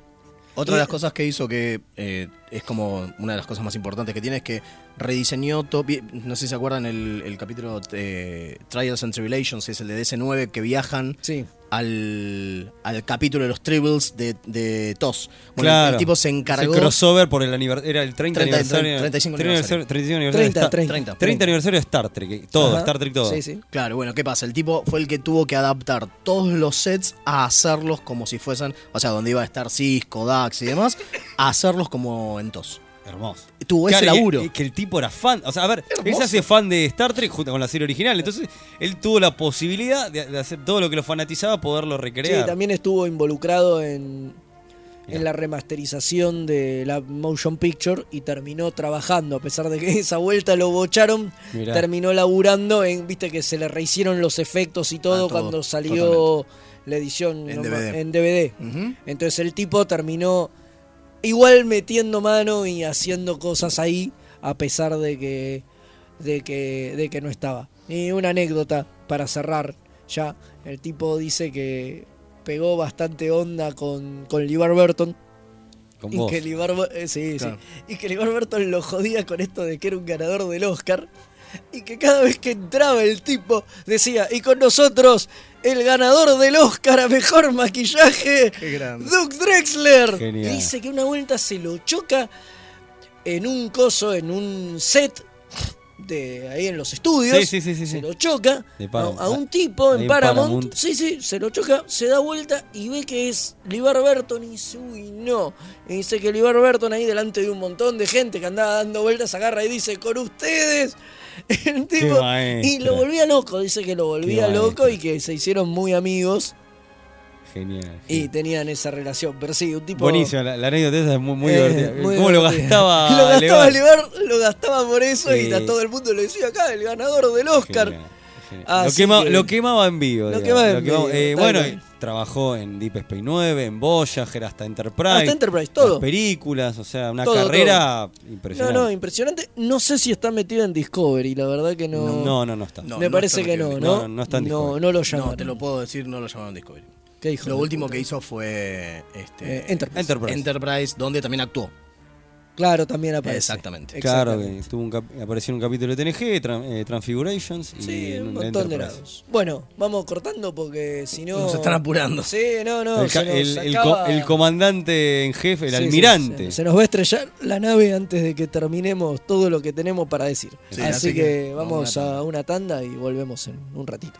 Otra
Y-
de las cosas que hizo que eh, es como una de las cosas más importantes que tiene es que rediseñó, to- vi- no sé si se acuerdan el, el capítulo eh, Trials and Tribulations, que es el de DC9, que viajan
Sí.
al, al capítulo de los Tribbles de, de TOS. Bueno, el-
Claro.
el tipo se
Es
encargó...
el crossover por el aniversario. Era el 30,
30,
aniversario.
35
30
aniversario.
35 aniversario de
30,
Star-
30.
30.
30 aniversario de Star Trek. eh, Todo,
Ajá.
Star Trek todo.
Sí, sí.
Claro, bueno, ¿qué pasa? El tipo fue el que tuvo que adaptar todos los sets a hacerlos como si fuesen, o sea, donde iba a estar Cisco, Dax y demás, a hacerlos como en TOS.
Hermoso.
Tuvo ese
Claro, y-
laburo.
y que el tipo era fan. O sea, a ver, él se
Hermoso.
hace fan de Star Trek junto con la serie original. Entonces, él tuvo la posibilidad de, de hacer todo lo que lo fanatizaba, poderlo
Sí,
recrear.
también estuvo involucrado en,
Mirá.
en la remasterización de la Motion Picture y terminó trabajando, a pesar de que esa vuelta lo bocharon,
Mirá.
terminó laburando en, viste que se le rehicieron los efectos y todo,
Ah, todo,
cuando salió la edición
En
no ma-
DVD.
en DVD.
Ujú.
Entonces el tipo terminó igual metiendo mano y haciendo cosas ahí a pesar de que de que de que no estaba. Y una anécdota para cerrar ya, el tipo dice que pegó bastante onda con con LeVar Burton
Con
y
vos.
que LeVar Bur- eh, sí, sí.
Claro.
y que LeVar Burton lo jodía con esto de que era un ganador del Oscar y que cada vez que entraba el tipo decía, "Y con nosotros el ganador del Oscar a mejor maquillaje,
Qué grande.
Doug Drexler.
Genial.
Y dice que una vuelta se lo choca en un coso, en un set de ahí en los estudios.
Sí, sí, sí, sí,
se
sí.
lo choca
De
a,
Paramount.
a un tipo
Ahí
en
en
Paramount.
Paramount.
Sí, sí, se lo choca, se da vuelta y ve que es Libar Berton y dice, uy, no. Y dice que Libar Berton ahí delante de un montón de gente que andaba dando vueltas, agarra y dice, con ustedes. El tipo, y
maestro.
lo volvía loco, dice que lo volvía
Qué
loco
maestro.
y que se hicieron muy amigos
Genial.
y tenían esa relación. Pero sí, un tipo...
Mm. Buenísimo, la, la anécdota esa es muy, muy
Eh,
divertida.
muy
¿Cómo lo
divertida.
gastaba?
lo gastaba
Levar?
Levar, lo gastaba por eso y
Sí.
a todo el mundo le decía acá, el ganador del Oscar.
Genial, genial. Lo,
Así
quema-
que-
lo quemaba en vivo.
Lo
digamos,
quemaba en vivo,
eh,
tal
bueno,
cual.
trabajó en Deep Space 9, en Voyager, hasta Enterprise.
Hasta Enterprise,
las
todo.
películas, o sea, una
Todo,
carrera
No,
impresionante.
no, impresionante. No sé si está metido en Discovery, la verdad que no.
No, no, no está.
No.
me parece
está
que
metido
no,
en
¿no?
No, no está en
No,
Discovery.
no lo
No,
llamaron.
te lo puedo decir, no lo llamaron Discovery.
¿Qué hijo
Lo
de
último
puta?
que hizo fue este,
Eh, Enterprise.
Enterprise.
Enterprise, donde también actuó.
Claro, también aparece.
Exactamente.
Claro, que
Exactamente.
tuvo un cap- apareció en un capítulo de TNG, tran- eh, Transfigurations. Y
Sí,
en
un
un
montón de
Enterprise.
lados. Bueno, vamos cortando porque si no.
Nos están apurando.
Sí, no, no.
el, ca-
se nos
el- el
acaba-
co- el comandante en jefe, el
Sí, sí,
almirante.
se, se nos va a estrellar la nave antes de que terminemos todo lo que tenemos para decir.
Sí,
así,
así
que,
que
vamos
vamos a una
a una tanda y volvemos en un ratito.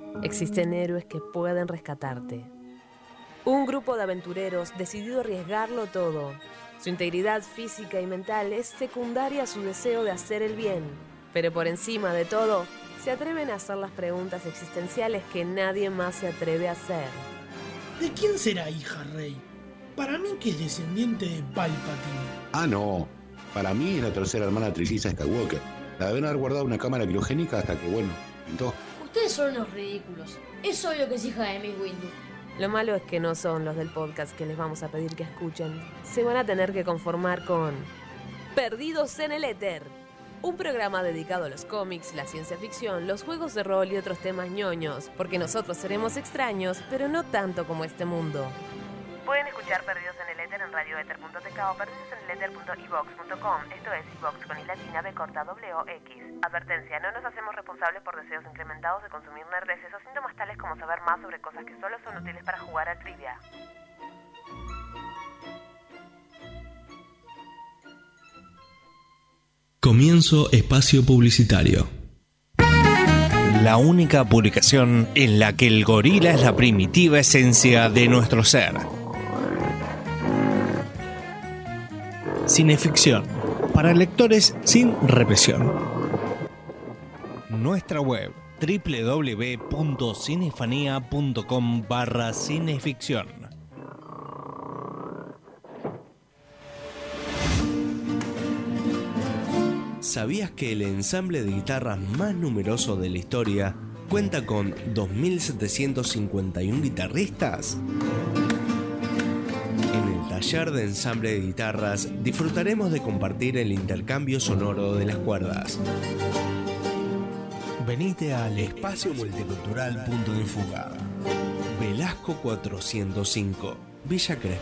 existen héroes que pueden rescatarte. Un grupo de aventureros decidido a arriesgarlo todo. Su integridad física y mental es secundaria a su deseo de hacer el bien. Pero por encima de todo, se atreven a hacer las preguntas existenciales que nadie más se atreve a hacer.
¿De quién será hija Rey? Para mí que es descendiente de Palpatine.
Ah, no. Para mí es la tercera hermana trilliza Skywalker. La deben haber guardado una cámara criogénica hasta que, bueno, pintó.
Ustedes son unos ridículos. Es obvio que es hija de Miss Windu.
Lo malo es que no son los del podcast que les vamos a pedir que escuchen. Se van a tener que conformar con Perdidos en el Éter. Un programa dedicado a los cómics, la ciencia ficción, los juegos de rol y otros temas ñoños, porque nosotros seremos extraños, pero no tanto como este mundo. Pueden escuchar Perdidos en el Éter en radioether.tk o perdidoseneleter.evox.com. Esto es iVox con ilatina b corta w x. Advertencia, no nos hacemos responsables por deseos incrementados de consumir nerdeces o síntomas tales como saber más sobre cosas que solo son útiles para jugar a trivia.
Comienzo espacio publicitario.
La única publicación en la que el gorila es la primitiva esencia de nuestro ser. Cineficción. Para lectores sin represión. Nuestra web www.cinefanía.com barra cineficción.
¿Sabías que el ensamble de guitarras más numeroso de la historia cuenta con 2.751 guitarristas? En el taller de ensamble de guitarras disfrutaremos de compartir el intercambio sonoro de las cuerdas. Venite al espacio multicultural Punto de Fuga. Velasco 405, Villa Crespo.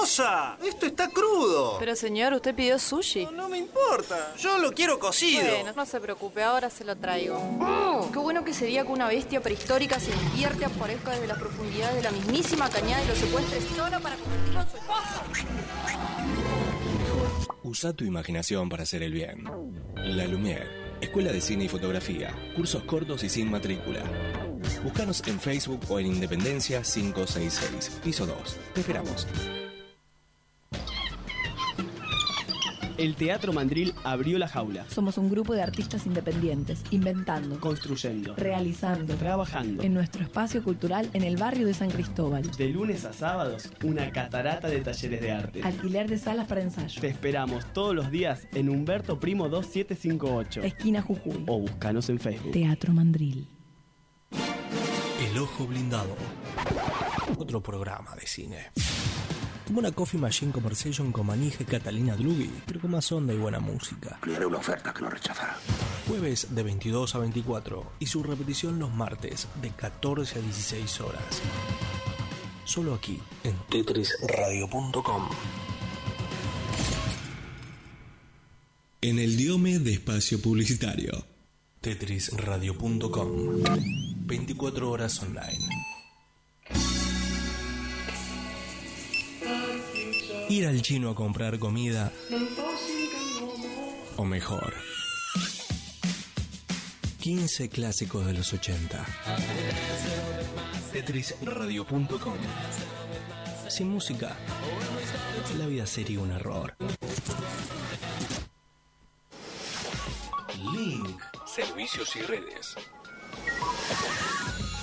¡Osa! ¡Esto está crudo!
Pero señor, usted pidió sushi.
No me importa. Yo lo quiero cocido. Oh.
no se preocupe, ahora se lo traigo. qué bueno que sería que una bestia prehistórica se invierte, aparezca desde las profundidades de la mismísima cañada y lo secuestre solo para convertirlo en su esposo.
Usa tu imaginación para hacer el bien. La Lumière, Escuela de Cine y Fotografía, cursos cortos y sin matrícula. Búscanos en Facebook o en Independencia 566, piso 2. Te esperamos.
El Teatro Mandril abrió la jaula.
Somos un grupo de artistas independientes, inventando,
Construyendo.
realizando,
Trabajando.
en nuestro espacio cultural en el barrio de San Cristóbal.
De lunes a sábados, una catarata de talleres de arte.
Alquiler de salas para ensayo.
Te esperamos todos los días en Humberto Primo 2758
Esquina Jujuy.
o buscanos en Facebook.
Teatro Mandril.
El Ojo Blindado. Otro programa de cine.
Como una coffee machine conversation con Manija y Catalina Drugi, pero con más onda y buena música.
Le haré una oferta que no rechazará.
Jueves de 22 a 24 y su repetición los martes de 14 a 16 horas. Solo aquí en tetrisradio.com.
En el diome de espacio publicitario. Tetrisradio.com
24 horas online. Ir al chino a comprar comida o mejor. 15 clásicos de los 80. Tetrisradio.com Sin música, la vida sería un error.
Link. Servicios y redes.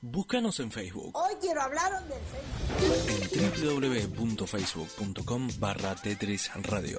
Búscanos en Facebook
Hoy quiero hablar del Facebook.
www.
www.facebook.com barra Tetris Radio.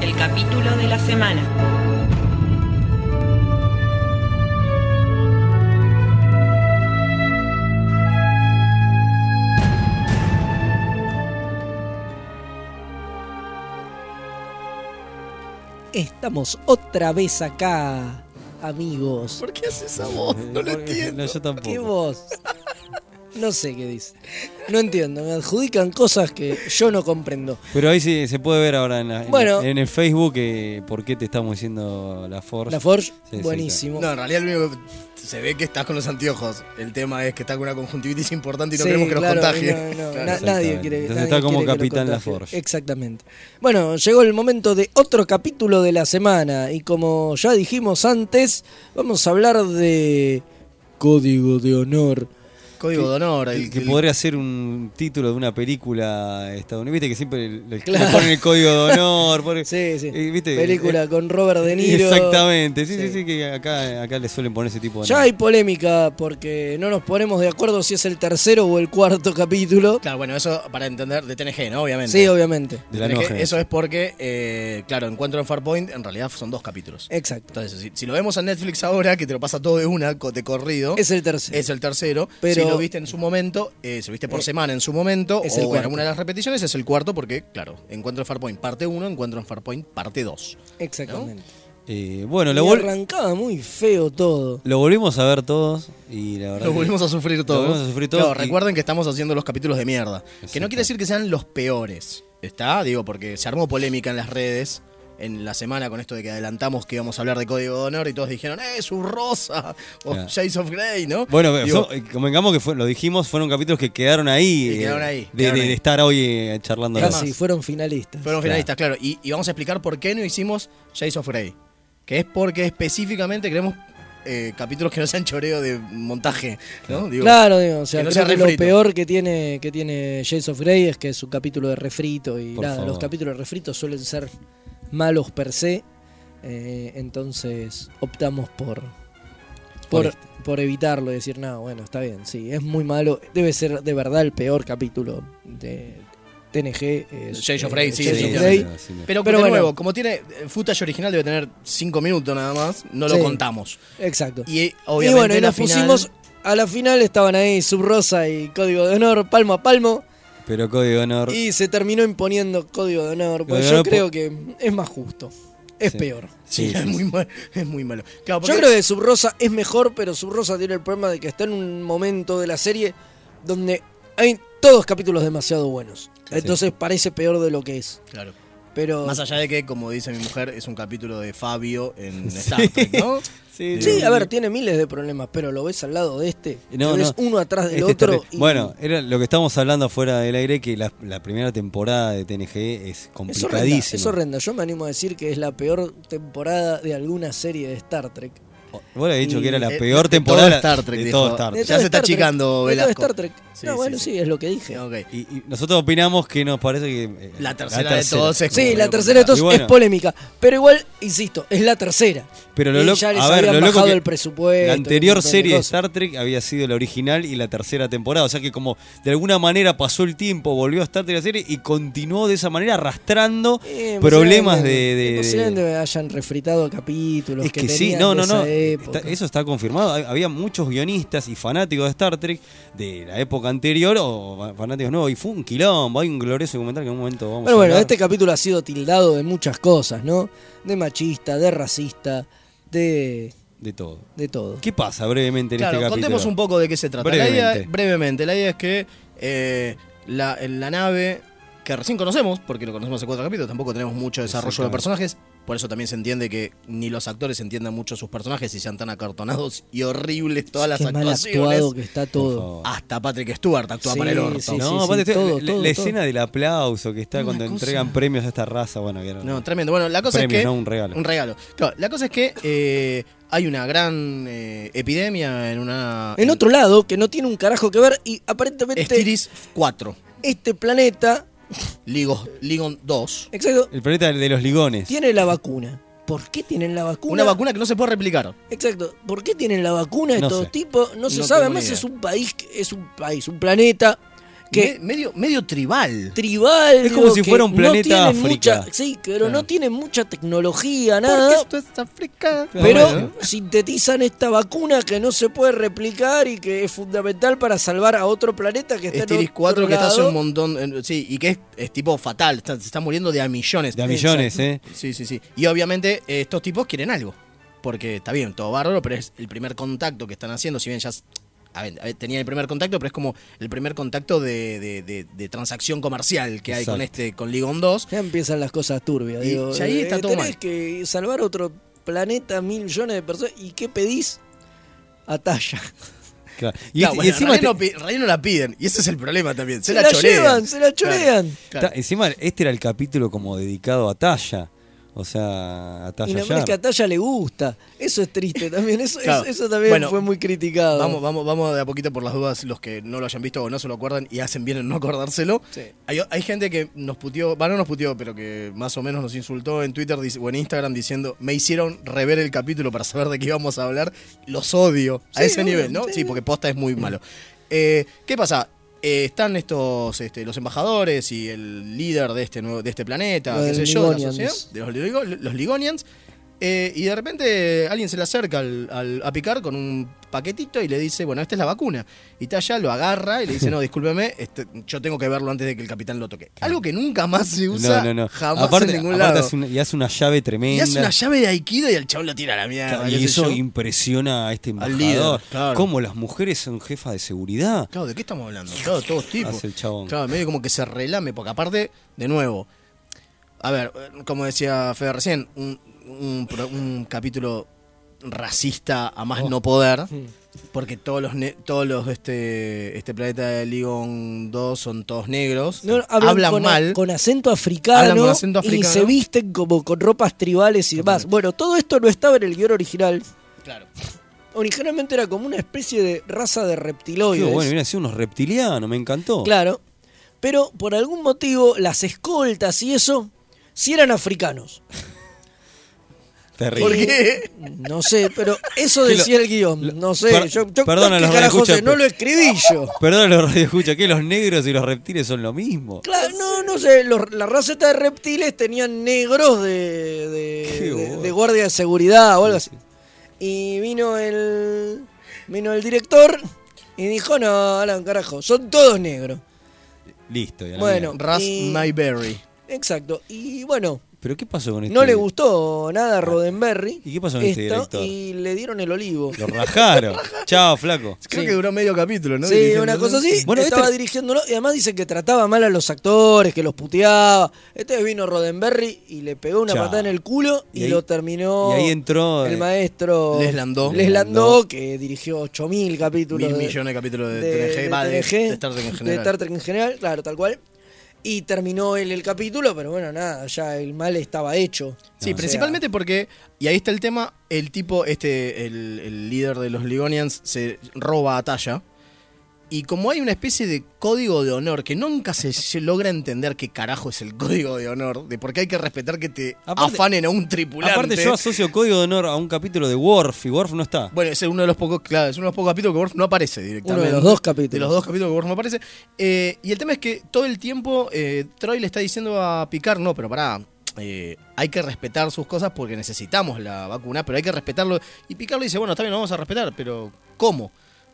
El capítulo de la semana.
Estamos otra vez acá, amigos.
¿Por qué haces esa voz? No lo entiendo.
yo tampoco.
¿Qué voz? No sé qué dice. No entiendo. Me adjudican cosas que yo no comprendo.
Pero ahí sí se puede ver ahora en, la- en-
Bueno.
en el Facebook eh, por qué te estamos diciendo la Forge.
La Forge,
Sí, sí,
No, en realidad lo único que- se ve que estás con los anteojos. El tema es que está con una conjuntivitis importante y no
Sí,
queremos que
claro,
nos contagie.
no, no,
Claro.
na- nadie quiere.
Entonces
nadie
está como
quiere que lo
capitán la
contagie.
Forge.
Exactamente. Bueno, llegó el momento de otro capítulo de la semana. Y como ya dijimos antes, vamos a hablar de. Código de honor.
Código de honor.
Que,
el-
que
el-
podría ser un título de una película estadounidense. Viste que siempre le, le
Claro.
ponen el código de honor. ponen- eh, ¿viste?
Película con Robert De Niro.
Exactamente. Sí, sí, sí, que acá, acá le suelen poner ese tipo de.
Ya hay polémica porque no nos ponemos de acuerdo si es el tercero o el cuarto capítulo.
Claro, bueno, eso para entender de TNG, ¿no? Obviamente.
Sí, obviamente.
De la
TNG.
nueva
Eso es porque, eh, claro, Encuentro en Farpoint en realidad son dos capítulos.
Exacto.
Entonces, si, si lo vemos a Netflix ahora, que te lo pasa todo de una, co- de corrido.
Es el tercero.
Es el tercero.
Pero-
si lo viste en su momento, eh, si lo viste por
Eh,
semana en su momento,
es el
o en
cuarto.
alguna de las repeticiones, es el cuarto porque, claro, Encuentro en Farpoint parte 1, Encuentro en Farpoint parte 2.
Exactamente.
Eh, bueno, lo,
Y
vol-
arrancaba muy feo todo.
lo volvimos a ver todos. Y la verdad
Lo
que-
volvimos a sufrir
Lo
todos.
volvimos a sufrir todos.
Claro,
y-
recuerden que estamos haciendo los capítulos de mierda. Que no quiere decir que sean los peores. ¿Está? Digo, porque se armó polémica en las redes en la semana con esto de que adelantamos que íbamos a hablar de Código de Honor y todos dijeron, ¡eh, su rosa! O
Claro.
Shades of Grey, ¿no?
Bueno,
Digo,
fue- eh, convengamos que fue- lo dijimos, fueron capítulos que quedaron ahí. eh,
Que quedaron ahí,
de- de,
quedaron
de
ahí.
estar hoy eh, charlando.
Casi fueron finalistas.
fueron finalistas, claro. Y, y vamos a explicar por qué no hicimos Shades of Grey. Que es porque específicamente queremos eh, capítulos que no sean choreo de montaje, ¿no? Digo,
claro, digo, o sea,
que no
creo
sea
que lo
refrito.
peor que tiene que tiene James of Grey es que es un capítulo de refrito y
Por
nada,
favor.
los capítulos de refrito suelen ser malos per se. eh, entonces optamos por
Por
por, por evitarlo y decir, no, bueno, está bien, sí, es muy malo. Debe ser de verdad el peor capítulo de TNG. eh,
Shades of
eh,
Grey, sí,
Shades
sí,
of
sí,
Grey.
sí,
sí, sí.
Pero,
Pero
de
bueno.
nuevo, como tiene eh, footage original, debe tener 5 minutos nada más, no lo
Sí.
contamos.
Exacto.
Y eh,
y
obviamente
bueno, y
la
nos
final-
pusimos. A la final estaban ahí Sub Rosa y Código de Honor, palmo a palmo.
Pero Código de Honor.
Y se terminó imponiendo Código de Honor. Porque
Código de
yo
Honor
creo que es más justo. es peor.
Sí,
Sí,
es,
sí,
Muy
sí.
mal- es muy malo. Claro,
Yo
porque-
creo que Sub Rosa es mejor, pero Sub Rosa tiene el problema de que está en un momento de la serie donde hay todos capítulos demasiado buenos. Entonces parece peor de lo que es.
Claro.
Pero
Más allá de que, como dice mi mujer, es un capítulo de Fabio en Star Trek, ¿no?
Sí,
Digo,
a ver, tiene miles de problemas, pero lo ves al lado de este,
No,
lo ves
no.
uno atrás del
Este
otro.
está re-
y
Bueno, era lo que estábamos hablando afuera del aire, que la, la primera temporada de TNG es
es horrenda,
complicadísima.
es horrenda. Yo me animo a decir que es la peor temporada de alguna serie de Star Trek.
Vos le habías dicho que era la
Eh,
peor
de
temporada
todo Star Trek,
de
dijo.
todo Star Trek.
De todo
Ya se está
Star Trek,
achicando
de todo
Velasco.
Star Trek.
Sí,
no,
sí,
bueno, sí. es lo que dije.
Y, y nosotros opinamos que nos parece que... eh,
La tercera de todos es-
Sí,
Como
la
medio
tercera de todos
Y bueno.
es polémica. Pero igual, insisto, es la tercera.
Pero lo
Y
loco,
ya les
a ver,
habían
lo loco
bajado
que
el presupuesto.
La
un
anterior
montón de
serie de
cosas.
Star Trek había sido la original y la tercera temporada. O sea que como de alguna manera pasó el tiempo, volvió a Star Trek la serie y continuó de esa manera arrastrando
Eh,
problemas de...
posiblemente-
de- de-
posiblemente hayan refritado capítulos
es
que,
que sí,
tenían
no, no,
de esa
no.
época.
Está- eso está confirmado. Hay- Había muchos guionistas y fanáticos de Star Trek de la época anterior o fa- fanáticos nuevos. Y fue un quilombo. Hay un glorioso comentario que en un momento vamos
Bueno,
a
bueno,
hablar.
este capítulo ha sido tildado de muchas cosas, ¿no? De machista, de racista, de,
De todo.
de todo.
¿Qué pasa brevemente en
Claro,
este capítulo?
contemos un poco de qué se trata. La idea,
Brevemente.
brevemente, la idea es que eh, la, la nave que recién conocemos, porque lo conocemos hace cuatro capítulos, tampoco tenemos mucho desarrollo de
Exactamente.
personajes, por eso también se entiende que ni los actores entiendan mucho sus personajes y sean tan acartonados y horribles todas las
Qué mal
actuaciones.
actuado que está todo.
Hasta Patrick Stewart actúa
Sí,
para el orto.
sí, sí,
No,
sí,
aparte estoy-
todo,
la,
todo,
la
todo.
escena del aplauso que está
Una
cuando
cosa.
entregan premios a esta raza, bueno, que era-
No, tremendo. Bueno, la cosa
Premio,
es que.
no, un regalo.
Un regalo. Claro, la cosa es que eh, hay una gran eh, epidemia en una.
En otro lado, que no tiene un carajo que ver y aparentemente
Estiris 4.
este planeta,
Ligos, Ligon 2.
exacto,
el planeta de los ligones.
tiene la vacuna. ¿Por qué tienen la
Una
vacuna?
vacuna que no se puede replicar.
Exacto. ¿Por qué tienen la vacuna de
No
todo
sé.
tipo? No se
No
sabe.
tengo ni
Además
idea.
es un país, que- es un país, un planeta que
Me- medio, medio tribal.
tribal.
Es como
digo,
si
que
fuera un
no
planeta
tiene
África.
mucha- sí, pero no
Claro.
tiene mucha tecnología, nada.
esto es África.
Pero
Bueno.
sintetizan esta vacuna que no se puede replicar y que es fundamental para salvar a otro planeta que está en
Estiris
otro
4 que está hace
lado.
un montón. en- sí, y que es, es tipo fatal. está- se está muriendo de a millones.
De a millones, ¿eh?
Sí, sí, sí. Y obviamente eh, estos tipos quieren algo. Porque está bien, todo bárbaro, pero es el primer contacto que están haciendo. Si bien ya s- a ver, a ver, tenían el primer contacto, pero es como el primer contacto de, de- de- de transacción comercial que hay con
Exacto.
este, con Ligon 2.
Ya empiezan las cosas turbias.
Y
digo, eh,
ya ahí está todo
tenés
mal.
que salvar otro planeta, mil millones de personas. ¿Y qué pedís? A talla.
Claro. Y,
Y,
este- y encima,
no,
te-
pi- en realidad no la piden. Y ese es el problema también. Se,
Se
la,
la
chorean.
llevan, se la
Claro,
chorean.
claro.
ta- encima este era el capítulo como dedicado a Talla. O sea, a
Y
Talla
la verdad es que a
Yar.
Talla le gusta. Eso es triste también. Eso,
Claro.
eso, eso también
Bueno,
fue muy criticado.
Vamos, vamos, vamos de a poquito por las dudas, los que no lo hayan visto o no se lo acuerdan y hacen bien en no acordárselo.
Sí.
Hay, hay gente que nos puteó, bueno, no nos puteó, pero que más o menos nos insultó en Twitter dic- o en Instagram diciendo, me hicieron rever el capítulo para saber de qué íbamos a hablar, los odio a
Sí,
ese
obvio,
nivel, ¿no?
sí.
Sí, porque posta es muy malo. Eh, ¿Qué pasa? Eh, están estos este, los embajadores y el líder de este nuevo, de este planeta,
Los
qué sé yo, de la
Ligonians.
sociedad, de los, Ligo- los Ligonians. Eh, y de repente alguien se le acerca al, al- a picar con un paquetito y le dice, bueno, esta es la vacuna. Y Talla lo agarra y le dice, no, discúlpeme, este, yo tengo que verlo antes de que el capitán lo toque. Algo que nunca más se usa,
No, no, no.
jamás
Aparte-
en ningún
aparte
lado.
hace una- y hace una llave tremenda.
Y hace una llave de Aikido y el chabón lo tira a la mierda.
Claro, y
qué sé
eso
yo.
impresiona a este embajador.
líder, claro.
Cómo las mujeres son jefas de seguridad.
Claro, ¿de qué estamos hablando? Claro, todos tipos.
Hace el chabón.
Claro, medio como que se relame, porque aparte, de nuevo, a ver, eh, como decía Fede recién, un, un pro- un capítulo racista a más
Oh.
no poder, porque todos los ne- todos los de este, este planeta de Ligon 2 son todos negros,
No, no,
hablan,
con,
mal.
con acento africano,
Hablan con acento
y
africano.
se visten como con ropas tribales y demás. Bueno, todo esto no estaba en el guión original.
Claro.
Originalmente era como una especie de raza de
Digo,
reptiloides.
bueno, vienen a ser unos reptilianos, me encantó.
Claro. Pero por algún motivo, las escoltas y eso, sí eran africanos.
Terrible.
¿Por qué?
No sé, pero eso
Que lo-
decía el guión. No sé,
Per-
yo, yo-
perdón a
¿qué
los
carajo
radioescuchas,
sé? no
pero-
lo escribí yo.
Perdón, los radioescuchas, que los negros y los reptiles son lo mismo.
Claro, no, no sé, los- la raza esta de reptiles tenían negros de, de-
Qué
de-
bueno.
de guardia de seguridad o algo así. Y vino el vino el director y dijo, no, Alan, carajo, son todos negros.
Listo. y a la
Bueno,
mierda.
Ras
Y-
Mayberry.
Exacto. Y bueno,
¿Pero qué pasó con este esto?
No le gustó nada a Roddenberry.
Ah, ¿Y qué pasó con este
esto,
director?
Y le dieron el olivo.
Lo rajaron. Chao, flaco.
Creo que duró medio capítulo, ¿no?
Sí,
Dirigiendo,
una
¿no?
cosa así.
Bueno,
estaba
este-
dirigiéndolo y además dicen que trataba mal a los actores, que los puteaba. Entonces vino Roddenberry y le pegó una
Chao.
patada en el culo y,
Y ahí-
lo terminó.
y ahí entró,
el
eh,
maestro
Les Landau.
Les Landau,
Landau.
que dirigió 8000 capítulos.
Mil
de-
millones de capítulos de,
de-
TNG,
de
va, de,
TNG,
de Star Trek en
de
general.
Star Trek en general, claro, tal cual. Y terminó él el capítulo, pero bueno, nada, ya el mal estaba hecho.
Sí,
O sea,
principalmente porque, y ahí está el tema, el tipo, este, el, el líder de los Ligonians, se roba a Talla. Y como hay una especie de código de honor que nunca se, se logra entender qué carajo es el código de honor, de por qué hay que respetar que te
Aparte-
afanen a un tripulante.
Aparte, yo asocio Código de Honor a un capítulo de Worf y Worf no está.
Bueno, ese es uno de los pocos, claro, es uno de los pocos capítulos que Worf no aparece directamente.
Uno de los dos capítulos.
De los dos capítulos que Worf no aparece. Eh, y el tema es que todo el tiempo eh, Troy le está diciendo a Picard, no, pero pará, eh, hay que respetar sus cosas porque necesitamos la vacuna, pero hay que respetarlo. Y Picard le dice, bueno, está bien, lo vamos a respetar, pero ¿cómo?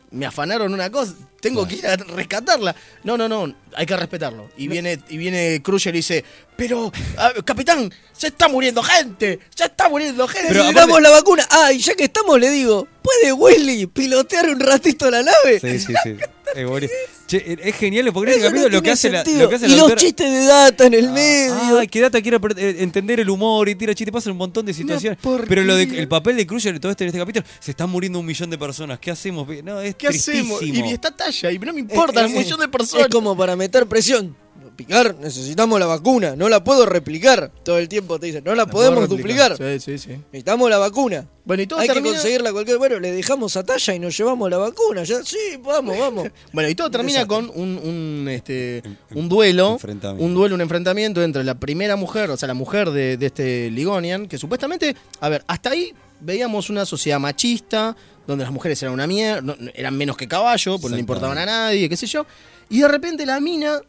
Me afanaron una cosa, tengo que ir a rescatarla. No, no, no, hay que respetarlo. Y viene, y viene Crusher y dice, pero, ah, capitán, se está muriendo gente, se está muriendo gente.
Pero
Necesitamos
la vacuna. Ah, y ya que estamos, le digo, ¿puede Wesley pilotear un ratito la nave?
Sí, sí, sí. Eh, bueno. Che, eh, es genial porque en
Eso no
este capítulo lo,
tiene
que hace la,
sentido.
lo que hace
y
la
los
doctora-
chistes de data en el medio.
Ay, qué data quiero apre- eh, entender el humor y tira chiste, pasan un montón de situaciones.
porquería.
pero lo de, el papel de Crusher y todo esto en este capítulo, se están muriendo un millón de personas. ¿Qué hacemos? No, es
¿Qué hacemos? Y
tristísimo.
vi esta talla, y no me importa,
Es-
un
es-
millón de personas.
Es como para meter presión. Picar, necesitamos la vacuna, no la puedo replicar. Todo el tiempo te dicen, no la, podemos duplicar.
Sí, sí, sí.
Necesitamos la vacuna.
Bueno, y todo
Hay
termina-
que conseguirla cualquier. Bueno, le dejamos a talla y nos llevamos la vacuna. Ya, sí, vamos, vamos.
Bueno, y todo termina
Desastre.
con un, un, este, un duelo.
enfrentamiento.
Un duelo, un enfrentamiento entre la primera mujer, o sea, la mujer de, de este Ligonian, que supuestamente, a ver, hasta ahí veíamos una sociedad machista, donde las mujeres eran una mierda, no- no- eran menos que caballo, pues no le importaban a nadie, qué sé yo. Y de repente la mina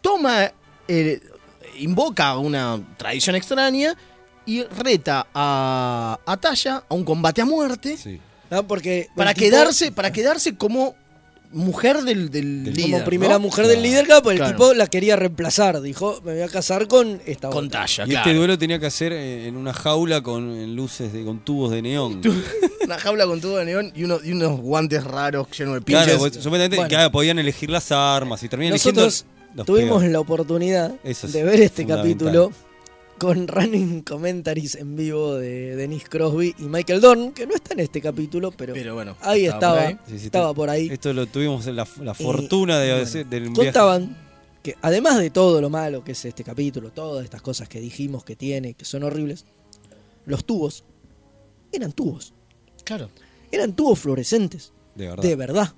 toma, eh, invoca una tradición extraña y reta a, a Talla a un combate a muerte
Ah, porque
para
el tipo-
quedarse para quedarse como mujer del, del
Como
líder
primera
¿no?
mujer del líder, capo, el tipo la quería reemplazar. Dijo, me voy a casar con esta
con
otra.
talla
Y
Ah, claro
este duelo tenía que hacer eh, en una jaula con en luces, de, con tubos de neón.
una jaula con tubo de neón y, uno- y unos guantes raros llenos de pinches
Claro, porque supuestamente
Bueno,
claro, podían elegir las armas y terminan eligiendo
Nosotros
los
tuvimos
peores.
la oportunidad
Eso es
de ver este
fundamental.
capítulo con running commentaries en vivo de Denise Crosby y Michael Dorn, que no está en este capítulo, pero,
pero bueno
ahí estaba,
por ahí. Sí, este sí,
estaba
tú-
por ahí. Eh,
Esto lo tuvimos en la, la fortuna de, hacer- del viaje.
Contaban que además de todo lo malo que es este capítulo, todas estas cosas que dijimos que tiene, que son horribles, los tubos eran tubos,
claro
eran tubos fluorescentes,
De verdad.
de verdad.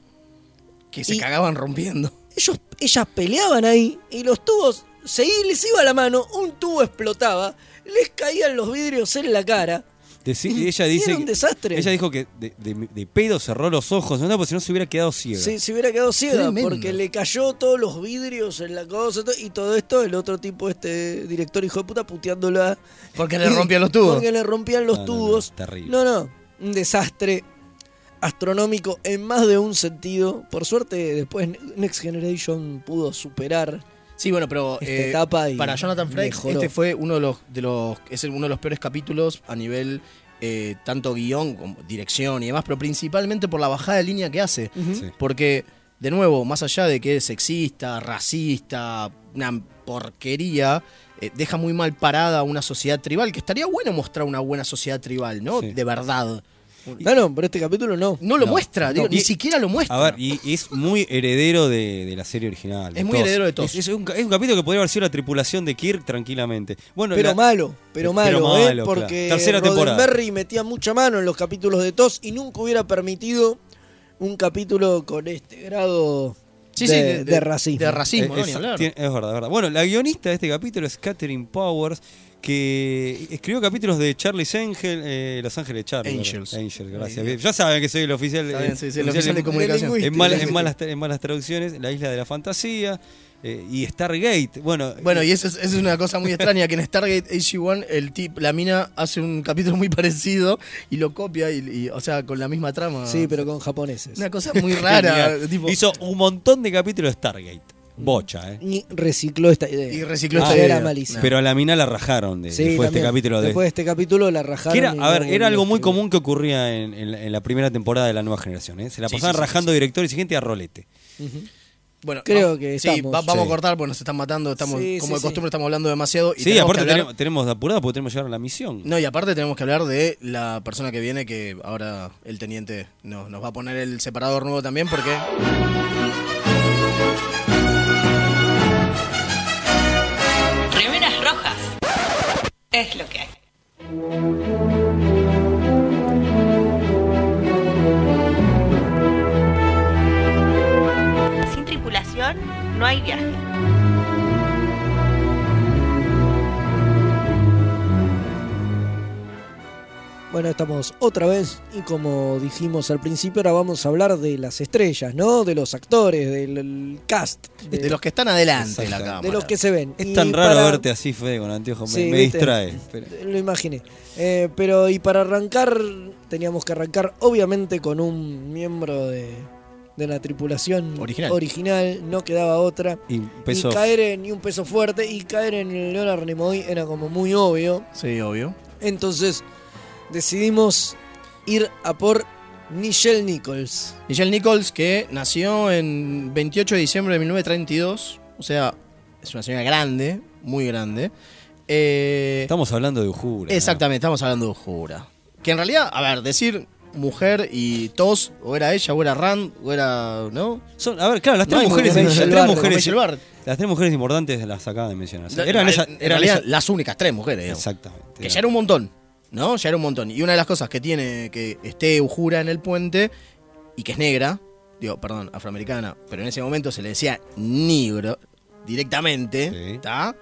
que se
y-
cagaban rompiendo
ellos, ellas peleaban ahí y los tubos, se i- les iba la mano, un tubo explotaba, les caían los vidrios en la cara.
Deci- ella dice
Era un
que-
desastre.
Ella dijo que de, de- de pedo cerró los ojos, ¿no? Porque si no se hubiera quedado ciega.
Se, se hubiera quedado ciega
Tremendo.
porque le cayó todos los vidrios en la cosa to- y todo esto, el otro tipo, este director hijo de puta, puteándola.
porque le rompían los tubos
Porque le rompían los
No, no, no,
tubos.
terrible.
No, no, un desastre astronómico en más de un sentido. Por suerte, después Next Generation pudo superar
sí bueno pero
esta
eh,
etapa y
para Jonathan Frakes
mejoró.
este fue uno de los de los es el- uno de los peores capítulos a nivel eh, tanto guión como dirección y demás pero principalmente por la bajada de línea que hace
Ujú.
Sí.
Porque, de nuevo, más allá de que es sexista, racista, una porquería, eh, deja muy mal parada a una sociedad tribal, que estaría bueno mostrar una buena sociedad tribal, ¿no?
Sí.
De verdad.
No, no, pero este capítulo no.
No lo
No,
muestra, digo,
no.
ni
Y-
siquiera lo muestra.
A ver, y, y es muy heredero de, de la serie original. de
Es muy
todos.
heredero de todos.
Es, es un, ca- es un capítulo que podría haber sido la tripulación de Kirk tranquilamente. Bueno,
Pero
la-
malo, pero
Pero
malo, ¿eh?
malo,
porque
claro. Tercera temporada.
Roddenberry metía mucha mano en los capítulos de TOS y nunca hubiera permitido un capítulo con este grado
Sí,
de,
sí, de-
de
de-
racismo.
de racismo,
Eh,
no, ni
es,
hablar.
tiene- es verdad, es verdad. Bueno, la guionista de este capítulo es Catherine Powers, que escribió capítulos de Charlie's Angel, eh, Los Ángeles de Charlie.
Angels.
¿verdad? Angels, gracias.
Ahí está.
Ya saben que soy el oficial,
Está
eh,
bien, sí, sí, el oficial de
en-
comunicación.
En,
Lingüística.
malas, en malas- en malas traducciones, La Isla de la Fantasía eh, y Stargate. Bueno,
Bueno, y eso es, eso es una cosa muy extraña, que en Stargate HG1 el tip, la mina hace un capítulo muy parecido y lo copia, y, y, o sea, con la misma trama.
Sí, pero con japoneses.
Una cosa muy rara.
Genial.
tipo,
Hizo un montón de capítulos de Stargate. Bocha, ¿eh?
Ni recicló esta idea.
Y recicló
Ah,
esta
era
idea.
malísima.
Pero a la mina la rajaron de,
Sí,
después
también.
de este capítulo de.
Después de este capítulo la rajaron.
Que era,
y
a ver,
no
era algo muy
volvió.
común que ocurría en, en la- en la primera temporada de la nueva generación. ¿eh? Se la
Sí, sí,
pasaban
sí,
rajando directores y gente a rolete.
Ujú.
Bueno,
Creo
va-
que
sí,
estamos.
va- vamos
Sí.
a cortar porque nos están matando. Estamos,
Sí,
como
sí,
de costumbre, estamos hablando demasiado. Y
Sí,
tenemos que
aparte
hablar-
tenemos, tenemos de apurado porque tenemos que llegar a la misión.
No, y aparte tenemos que hablar de la persona que viene, que ahora el teniente no, nos va a poner el separador nuevo también, porque.
Remeras rojas. Es lo que hay. Sin tripulación no hay viaje.
Bueno, estamos otra vez y como dijimos al principio, ahora vamos a hablar de las estrellas, ¿no? De los actores, del el cast.
De, los que están adelante de la
Exacto.
cámara.
de los que se ven.
Este Es
Y
tan raro
para-
verte así, Fede, con anteojos. me-
Sí,
me,
¿viste?
distrae. Pero-
Lo imaginé. Eh, pero y para arrancar, teníamos que arrancar obviamente con un miembro de, de la tripulación
Original.
original, no quedaba otra.
Y peso.
Y caer en y un peso fuerte y caer en el Leonard Nimoy era como muy obvio.
Sí, obvio.
Entonces decidimos ir a por Nichelle Nichols.
Michelle Nichols, que nació en 28 de diciembre de 1932. O sea, es una señora grande, muy grande. Eh,
Estamos hablando de Ujura. ¿no?
Exactamente, estamos hablando de Jura. Que en realidad, a ver, decir mujer y tos, o era ella, o era Rand, o era. ¿no?
Son- a ver, claro, las
No
tres
hay
mujeres.
mujeres
las
en
tres
el bar,
mujeres-
como en el bar.
las tres mujeres importantes las acaba de mencionar. O sea,
No,
eran
en-
esa-
en
eran
realidad,
esa-
las únicas tres mujeres. digamos.
Exactamente.
Que ya era un montón, ¿no? Ya era un montón. Y una de las cosas que tiene que esté Ujura en el puente y que es negra, digo, perdón, afroamericana, pero en ese momento se le decía negro directamente, ¿está?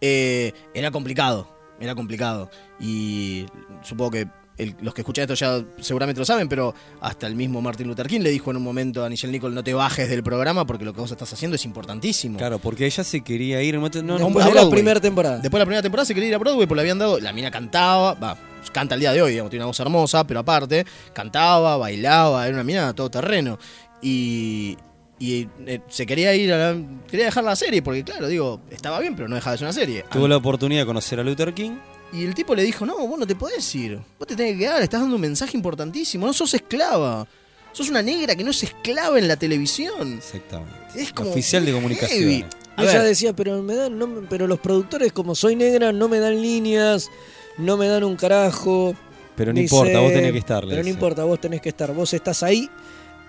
Eh, era complicado, era complicado. Y supongo que el- los que escuchan esto ya seguramente lo saben, pero hasta el mismo Martin Luther King le dijo en un momento a Nichelle Nicole, no te bajes del programa porque lo que vos estás haciendo es importantísimo.
Claro, porque ella se quería ir. No, no,
Después
no-
de la
Broadway.
primera
temporada.
Después de la primera temporada se quería ir a Broadway, porque le habían dado. La mina cantaba, va, canta al día de hoy, digamos, tiene una voz hermosa, pero aparte, cantaba, bailaba, era una mina todoterreno. Y. Y eh, se quería ir a la- Quería dejar la serie, porque claro, digo, estaba bien, pero no dejaba de ser una serie.
Tuvo la oportunidad de conocer a Luther King.
Y el tipo le dijo, no, vos no te podés ir. Vos te tenés que quedar, estás dando un mensaje importantísimo. No sos esclava. Sos una negra que no es esclava en la televisión.
Exactamente.
Es como
Oficial de
muy
comunicación.
heavy. A
Ella
ver,
decía, pero me dan, no me- pero los productores, como soy negra, no me dan líneas, no me dan un carajo.
Pero no
Dice,
importa, vos tenés que estar. le
Pero no
dice.
importa, vos tenés que estar. Vos estás ahí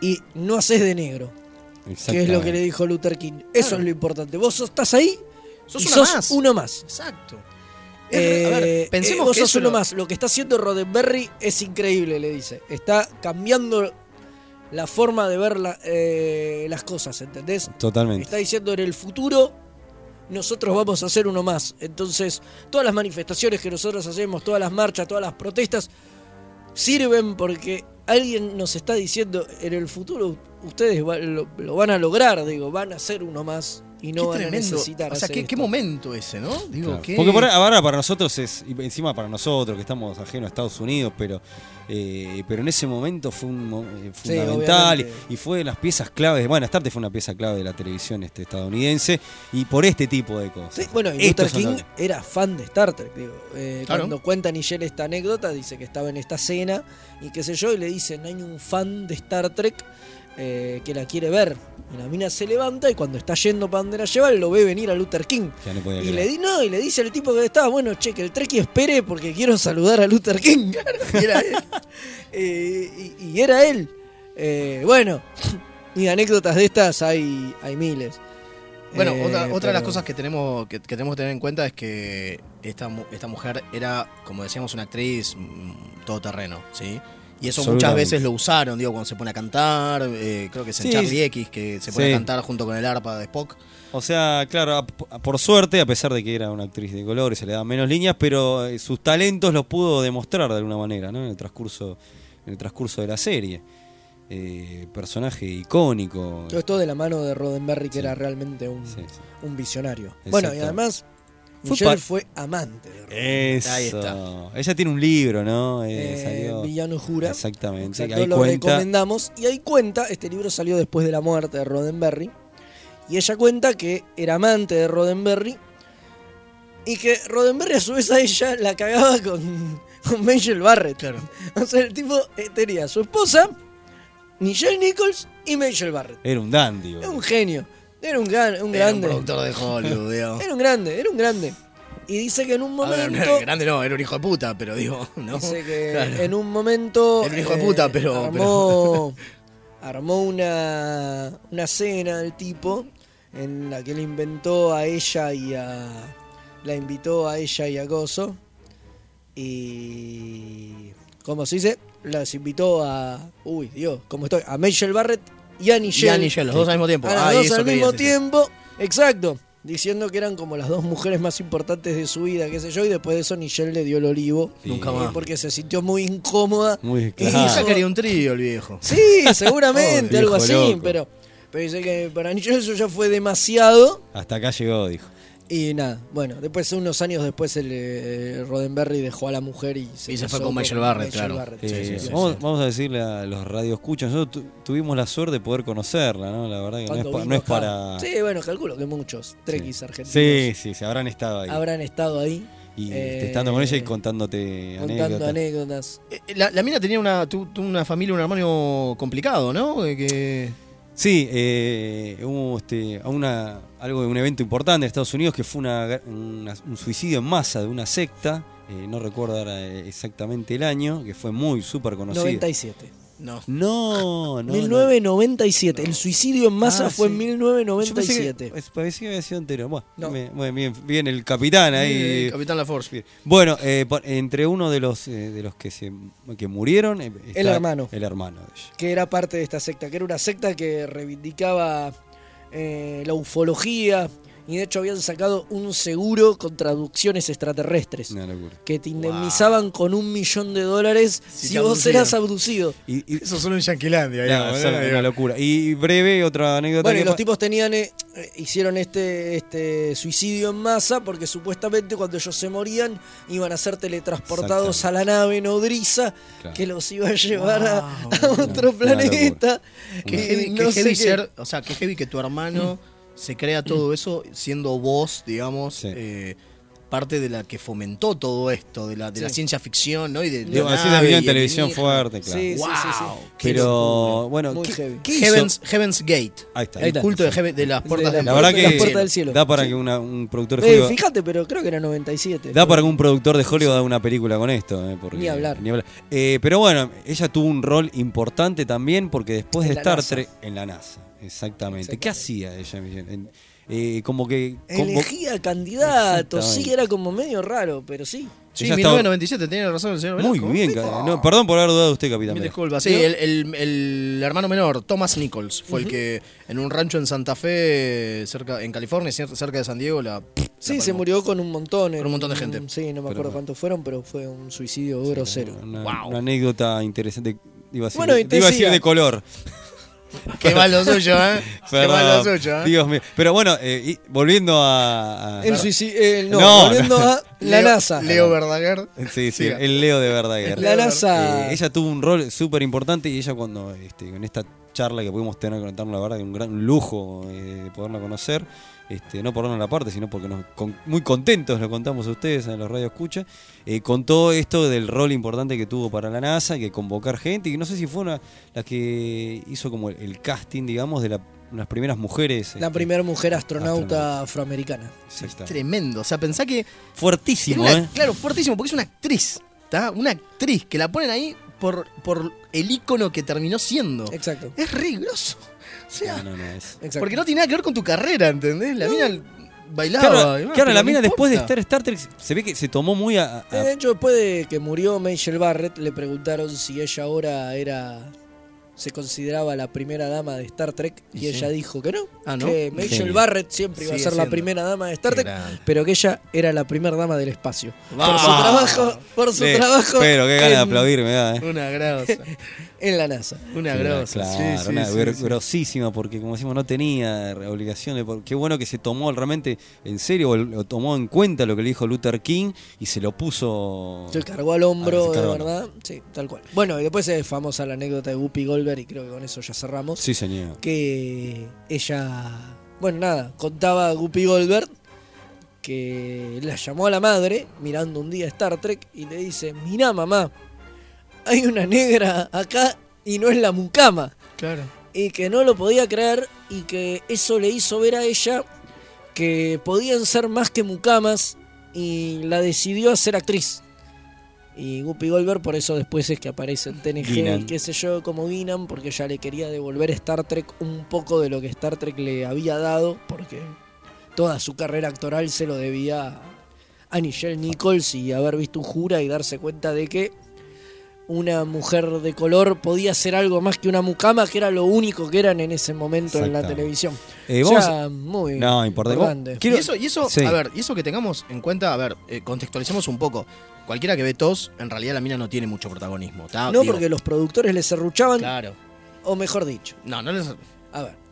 y no haces de negro, que es lo que le dijo Luther King. Eso es lo importante. Vos sos- estás ahí
Sos
y
una
sos
más.
uno más.
Exacto. Es re- a ver,
Eh,
pensemos
eh, vos
que
sos
eso
uno
lo-
más. Lo que está haciendo Roddenberry es increíble, le dice. Está cambiando la forma de ver la- eh, las cosas, ¿entendés?
Totalmente.
Está diciendo en el futuro nosotros vamos a ser uno más. Entonces, todas las manifestaciones que nosotros hacemos, todas las marchas, todas las protestas, sirven porque alguien nos está diciendo en el futuro ustedes va- lo, lo van a lograr, digo, van a ser uno más y no
qué
van
tremendo.
a necesitar
O sea,
hacer
qué, qué
esto.
momento ese, ¿no? Digo,
Claro.
qué-
Porque por ahí, ahora para nosotros es, y encima para nosotros que estamos ajenos a Estados Unidos, pero eh, pero en ese momento fue un mo- eh,
Sí,
fundamental
obviamente.
y, y fue de las piezas claves. Bueno, Starte fue una pieza clave de la televisión este, estadounidense y por este tipo de cosas.
Sí, bueno, y
Esto
Luther
es una-
King era fan de Star Trek. Digo. Eh,
Claro.
Cuando cuenta Nigel esta anécdota, dice que estaba en esta cena y qué sé yo, y le dicen, hay un fan de Star Trek eh, que la quiere ver. Y la mina se levanta y cuando está yendo para donde la lleva, lo ve venir a Luther King.
Ya no podía
Y
creer.
le, di, no, y le dice al tipo que estaba, bueno, che, que el Trekkie espere porque quiero saludar a Luther King. y, era él. Eh, y- y era él. Eh, bueno, y anécdotas de estas hay, hay miles.
Bueno,
Eh,
otra, otra de las
pero-
cosas que tenemos que, que tenemos que tener en cuenta es que esta, mu- esta mujer era, como decíamos, una actriz mm, todoterreno, ¿sí? Y eso muchas
Absolutamente.
veces lo usaron, digo, cuando se pone a cantar, eh, creo que es en
Sí,
Charlie
sí.
X, que se pone
Sí.
a cantar junto con el arpa de Spock.
O sea, claro, a- a- por suerte, a pesar de que era una actriz de color y se le daban menos líneas, pero eh, sus talentos los pudo demostrar de alguna manera, ¿no? En el transcurso, en el transcurso de la serie. Eh, personaje icónico.
Todo esto de la mano de Roddenberry, que
Sí.
era realmente un,
Sí, sí.
un visionario. Bueno, y
Exacto.
además,
Fue
Michelle
par-
fue amante de Roddenberry.
Eso.
Ahí está.
Ella tiene un libro, ¿no? Eh,
Eh,
salió-
Villano Jura.
Exactamente.
Exacto,
Ahí
lo
cuenta.
recomendamos. Y ahí cuenta, este libro salió después de la muerte de Roddenberry. Y ella cuenta que era amante de Roddenberry y que Roddenberry a su vez a ella la cagaba con, con Michelle Barrett. O sea, el tipo eh, tenía a su esposa, Michelle Nichols y Michelle Barrett.
Era un dandy.
Era un genio. Era un, gran, un
Era un
grande.
productor de Hollywood, digamos.
Era un grande, era un grande. Y dice que en un
A ver, no
momento...
era grande no, era un hijo de puta, pero digo, ¿no?
Dice que
Claro.
en un momento. eh,
Era un hijo de puta, pero-
Armó, armó una, una cena del tipo en la que le inventó a ella y a. La invitó a ella y a Gozo. Y. ¿Cómo se dice? Las invitó a. Uy, Dios, ¿cómo estoy? A Michelle Barrett y a Nichelle.
Y a Nichelle, los dos al mismo tiempo.
A las
Ah, y
dos
eso
al
quería,
mismo
sí, sí.
tiempo. Exacto. Diciendo que eran como las dos mujeres más importantes de su vida, qué sé yo, y después de eso Nichelle le dio el olivo.
Nunca
Y
más.
Porque se sintió muy incómoda.
Muy
Y
Y ella
hizo-
quería un trío, el viejo.
Sí, seguramente,
Oh,
algo
viejo
así,
loco.
pero. Pero dice que para Nichelle eso ya fue demasiado.
Hasta acá llegó, dijo.
Y nada, bueno, después, unos años después, el eh, Roddenberry dejó a la mujer y se,
Y se
casó
fue con Michael Barrett, claro. Sí,
Eh,
sí, sí,
vamos, vamos a decirle a los radioescuchas, nosotros tu- tuvimos la suerte de poder conocerla, ¿no? La verdad que no es,
Cuando
pa- no
vino
es
acá.
para...
Sí, bueno, calculo que muchos trekkies argentinos
Sí, sí, sí, habrán estado ahí.
habrán estado ahí
y
eh,
este, estando con ella y contándote
contando
anécdotas.
anécdotas.
Eh, La, la mina tenía una, tu- tuvo una familia, un hermano complicado, ¿no? Eh, Que...
Sí, eh, hubo este, a una, algo de un evento importante en Estados Unidos que fue una- una- un suicidio en masa de una secta, eh, no recuerdo ahora exactamente el año, que fue muy súper conocido.
97.
No.
No, no.
1997. El suicidio en masa
Ah,
fue en
sí. Yo pensé que-
1997.
pues, parecía que había sido anterior. Bueno,
No.
me- bueno, bien, bien, el capitán ahí.
Eh, Capitán La Force.
Bueno, eh, por- entre uno de los eh, de los que se que murieron eh, está
El hermano.
El hermano de ella.
que era parte de esta secta, que era una secta que reivindicaba eh, la ufología y de hecho habían sacado un seguro con traducciones extraterrestres
Una locura.
que te indemnizaban con un millón de dólares si,
Si te
vos
abducían.
eras abducido.
Y, y-
Eso solo en Yanquilandia,
Nada,
digamos,
solo
¿no?
una locura. Y breve otra anécdota.
Bueno, y
que
los
pa-
tipos tenían eh, eh, hicieron este, este suicidio en masa porque supuestamente cuando ellos se morían iban a ser teletransportados a la nave nodriza
Claro.
que los iba a llevar a- a, otro planeta.
Qué
Y
heavy,
no
qué Mm.
sé qué.
heavy ser, o sea, qué heavy que tu hermano se crea todo eso siendo vos, digamos, eh, parte de la que fomentó todo esto, de la, de la
Sí.
ciencia ficción, ¿no? Y de,
Digo,
la
así se
nave
vio
y
en televisión
alienígena.
fuerte, claro.
Sí, sí, sí, sí.
Wow, qué
Pero
locura.
bueno,
Muy
¿qué-
heavy.
qué hizo?
Heaven's, Heaven's Gate.
Ahí está.
El culto de, Heaven- de las puertas
De
del
la
La verdad
puerta- las
que
puertas del cielo.
da para que una- un productor de
Eh,
Hollywood-
fíjate, pero creo que era 97.
Da para que un productor de Hollywood haga una película con esto. eh, porque-
Ni hablar.
Eh, pero bueno, ella tuvo un rol importante también porque después
En
de
la
Star
NASA.
Trek en la NASA. Exactamente. ¿Qué hacía ella? Michelle? En- eh, como que... como-
Elegía candidatos, sí,
Exactamente.
era como medio raro, pero sí.
Sí,
Ella estaba-
1997, tiene razón el señor
Muy
Velasco.
bien. ca- no, perdón por haber dudado de usted, capitán.
Mil
Velasco.
disculpas. Sí, el, el- el hermano menor, Thomas Nichols, fue el que en un rancho en Santa Fe, cerca en California, cier- cerca de San Diego, la.
Sí,
la
se
palmó.
murió con un montón.
Con un montón de gente.
Sí, no me acuerdo cuántos fueron, pero fue un suicidio grosero.
Una, una anécdota interesante. Iba a decir,
Bueno, y te
iba a
decía-
decir de color.
Qué mal lo suyo, ¿eh? Qué mal lo suyo, ¿eh?
Dios mío. Pero bueno, eh, y volviendo a. a-
El suicidio. eh, no,
No,
volviendo
no.
a la
Leo-
NASA.
Leo Verdaguer.
Sí, sí,
Siga.
el Leo de Verdaguer.
La NASA.
Eh, ella tuvo un rol súper importante y ella cuando, este, en esta charla que pudimos tener con Tarno, la verdad que un gran lujo eh, de poderla conocer, este, no por darnos la parte, sino porque nos, con- muy contentos lo contamos a ustedes en los Radio Escucha, eh, contó esto del rol importante que tuvo para la NASA, que convocar gente, y no sé si fue una, la que hizo como el, el casting, digamos, de la- las primeras mujeres.
La
este,
primera mujer astronauta,
astronauta.
afroamericana.
exactamente.
Tremendo. O sea, pensá que.
Fuertísimo,
Era una-
¿eh?
Claro, fuertísimo, porque es una actriz. ¿Está? Una actriz que la ponen ahí por, por el ícono que terminó siendo.
Oh.
Exacto.
Es riguroso. O sea,
No, no, no, es-
exacto.
porque no tiene nada que ver con tu carrera, ¿entendés? La mina bailaba.
Claro,
y demás,
claro,
pero
la
no
mina después de
importa.
estar Star Trek se ve que se tomó muy a- a-
Eh, De hecho, después de que murió Michelle Barrett, le preguntaron si ella ahora era. se consideraba la primera dama de Star Trek y,
Y sí.
ella dijo que no,
Ah, ¿no?
que Michelle
Genio.
Barrett siempre iba a
Sigue
ser la
siendo.
primera dama de Star
Qué
Trek,
grande.
pero que ella era la primera dama del espacio. Por su
Ah.
trabajo, por su
Sí,
trabajo
Pero qué ganas de
en-
aplaudir me da, ¿eh?
Una grosa.
en la NASA.
Una
Sí,
grosa.
claro,
sí, sí,
una
sí,
gr-
sí.
grosísima, porque como decimos, no tenía re- obligación. de por- Qué bueno que se tomó realmente en serio, o lo tomó en cuenta lo que le dijo Luther King y se lo puso.
Se cargó al hombro,
Ah, se cargó
de
al
verdad. Sí, tal cual. Bueno, y después es famosa la anécdota de Whoopi Goldberg, y creo que con eso ya cerramos.
Sí, señor.
que ella Bueno, nada, contaba Guppy Goldberg que la llamó a la madre mirando un día Star Trek y le dice, mirá mamá, hay una negra acá y no es la mucama.
Claro.
Y que no lo podía creer y que eso le hizo ver a ella que podían ser más que mucamas y la decidió hacer actriz. Y Guppy Goldberg, por eso después es que aparece en TNG
Guinan.
y qué sé yo, como Guinan, porque ya le quería devolver Star Trek un poco de lo que Star Trek le había dado, porque toda su carrera actoral se lo debía a Nichelle Nichols y haber visto un Jura y darse cuenta de que una mujer de color podía ser algo más que una mucama, que era lo único que eran en ese momento en la
Exactamente.
televisión.
Eh,
O sea,
vamos-
muy
No, importante. Quiero-
Y eso, y eso
Sí.
a ver, y eso que tengamos en cuenta, a ver, eh, contextualicemos un poco. Cualquiera que ve TOS, en realidad la mina no tiene mucho protagonismo. ¿tá?
no
Digo,
porque los productores le serruchaban,
Claro.
o mejor dicho,
No, no les-
a ver.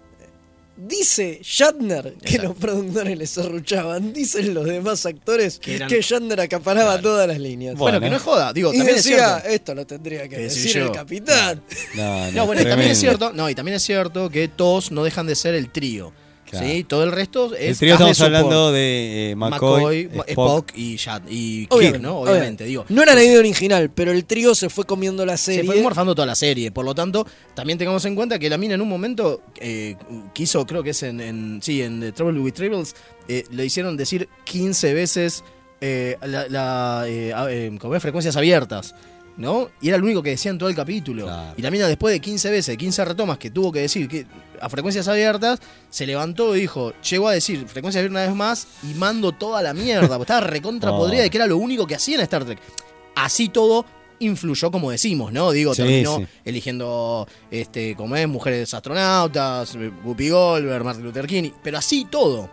Dice Shatner que los productores le serruchaban, dicen los demás actores
Que
que,
eran-
Shatner acaparaba todas las líneas.
Bueno, que no es joda. Digo,
y
también es
decía,
cierto.
esto lo tendría que
Que decir
decir el
yo".
capitán. eh,
No,
No, bueno, y también es
tremendo.
cierto, no, y también es cierto que TOS no dejan de ser el trío.
Claro.
¿sí? Todo el resto es.
El trío
cast de
estamos hablando
support.
de eh,
McCoy,
McCoy,
Spock,
Spock.
y, Shat, y
Obviamente,
Kirk, ¿no?
obviamente.
Obviamente, digo.
No era la idea original, pero el trío se fue comiendo la
Se
serie.
fue morfando toda la serie, por lo tanto, también tengamos en cuenta que la mina en un momento eh, quiso, creo que es en, en- sí, en The Trouble with Tribbles, eh, le hicieron decir 15 veces eh, la, la, eh, a- eh, como es, frecuencias abiertas, ¿no? Y era el único que decía en todo el capítulo. Y la mina después de 15 veces, 15 retomas que tuvo que decir que a frecuencias abiertas, se levantó y dijo, llegó a decir frecuencias abiertas una vez más y mando toda la mierda, porque estaba recontra
Oh.
podrida de que era lo único que hacía en Star Trek. Así todo influyó como decimos, ¿no? Digo,
Sí,
terminó
sí.
eligiendo, este, como es, mujeres astronautas, Whoopi Goldberg, Martin Luther King, pero así todo.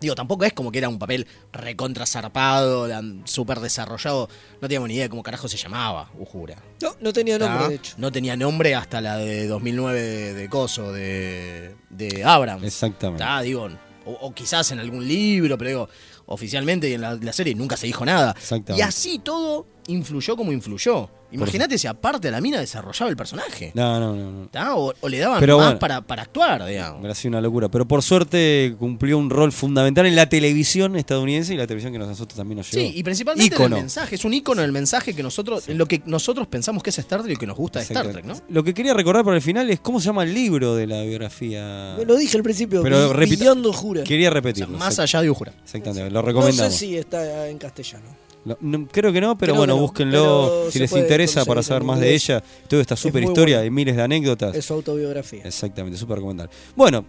Digo, tampoco es como que era un papel recontra zarpado, dan- súper desarrollado. No teníamos ni idea de cómo carajo se llamaba, Ujura.
No, no tenía nombre,
¿Ah?
de hecho.
No tenía nombre hasta la de 2009 de, de Coso, de, de Abrams.
Exactamente.
¿Tá? Ah, Digo, o, o quizás en algún libro, pero digo, oficialmente y en la, la serie nunca se dijo nada. Y
Exactamente.
así todo influyó como influyó. Imagínate si aparte la mina desarrollaba el personaje.
No, no, no. no.
¿tá? O, o le daban
Pero
más
bueno.
para, para actuar, digamos.
Hubiera sido una locura. Pero por suerte cumplió un rol fundamental en la televisión estadounidense y la televisión que nosotros también nos llegó.
Sí, y principalmente en
Ícono.
el mensaje. Es un icono el mensaje que nosotros, en lo que nosotros pensamos que es Star Trek y que nos gusta de Star Trek, ¿no?
Lo que quería recordar por el final es cómo se llama el libro de la biografía.
Me lo dije al principio,
Pero
Bi-
repita-
Beyond Jura.
Quería repetirlo.
O sea, más
exact-
allá de Ujura.
Exactamente, lo
No
recomendamos.
sé si está en castellano.
No, no, creo que no, pero
Creo
bueno,
que no,
búsquenlo
pero
si
se
les
puede
interesa
conseguir
para saber
en
más de
inglés.
ella. Toda esta
Es
super
muy
historia
bueno.
y miles de anécdotas.
Es su autobiografía.
Exactamente, súper recomendable. Bueno,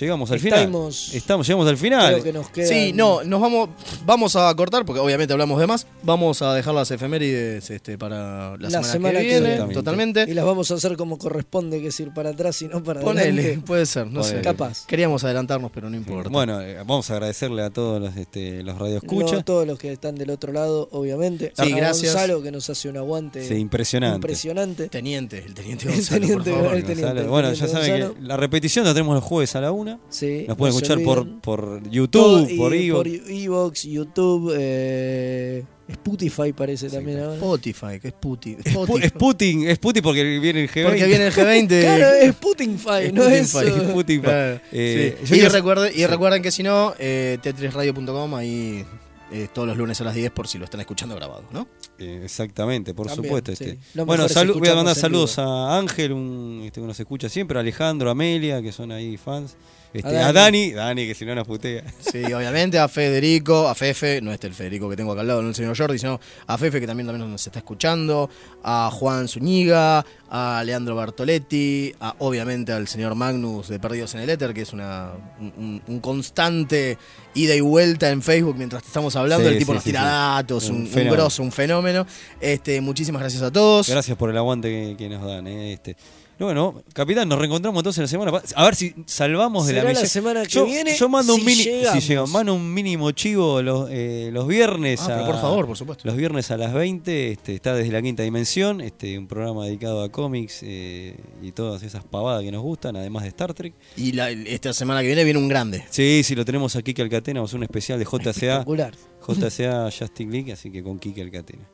llegamos al
Estamos-
final. Estamos, llegamos al final.
Creo que nos quedan-
Sí, no, nos vamos, vamos a cortar porque obviamente hablamos de más. Vamos a dejar las efemérides este, para la, semana, que viene. Totalmente.
Y las vamos a hacer como corresponde, que es ir para atrás y no para
Ponele,
adelante.
puede ser, no
Ponele.
sé.
Capaz.
Queríamos adelantarnos, pero no importa.
Bueno, eh, vamos a agradecerle a todos los, este, los radioescuchas.
No todos los que están del otro lado, obviamente.
Sí,
A
gracias.
Gonzalo, que nos hace un aguante
Sí, impresionante.
impresionante.
Teniente, el teniente
El
Gonzalo,
teniente,
por favor.
el teniente.
Gonzalo. bueno, ya
Gonzalo.
saben que la repetición la tenemos los jueves a la una.
Sí,
Nos pueden
no se
escuchar por,
olviden.
por
Todo-
YouTube,
y
por Ivo.
Evox, YouTube, eh, Spotify parece también ahora.
Spotify, que es Puti.
Pu- Es Putin, es Putin porque viene el G20.
Porque viene el G20.
Claro, es Putinfy, no es.
Spotify,
eh,
Putin.
Claro,
Eh,
sí.
yo
y,
quiero-
recuerde- y
sí.
recuerden que si no, eh, tetrisradio.com ahí eh, todos los lunes a las 10 por si lo están escuchando grabado, ¿no?
Eh, Exactamente, por
También,
supuesto.
sí.
Este.
Lo
Bueno,
mejor es
salu- voy a
escucharnos
mandar
en
saludos a Ángel, un, este, que nos escucha siempre, a Alejandro, a Amelia, que son ahí fans. Este,
A
a, Dani. Dani, que si no nos putea.
Sí, obviamente a Federico, a Fefe, no este el Federico que tengo acá al lado, no el señor Jordi, sino a Fefe que también, también nos está escuchando, a Juan Zúñiga, a Leandro Bartoletti, a, obviamente al señor Magnus de Perdidos en el Éter, que es una, un- un, un constante ida y vuelta en Facebook mientras te estamos hablando,
Sí,
el tipo
sí,
nos
sí,
tira
sí.
datos,
Un
un, un
fenómeno.
grosso, un fenómeno. Este, muchísimas gracias a todos.
Gracias por el aguante que, que nos dan. eh, este. No, Bueno, capitán, nos reencontramos entonces la semana. pa- A ver si salvamos de la
Será la
misión.
semana que
yo,
viene,
Yo mando un
si
mini.
llegamos.
si llega, mando un mínimo chivo los, eh, los viernes.
Ah, pero
a-
por favor, por supuesto.
Los viernes a las 20. Este, está desde la quinta dimensión. Este, un programa dedicado a cómics eh, y todas esas pavadas que nos gustan, además de Star Trek.
Y la- esta semana que viene viene un grande.
Sí, sí, lo tenemos a Kike Alcatena, vamos a hacer un especial de JCA.
Espectacular.
JCA Justin League, así que con Kike Alcatena.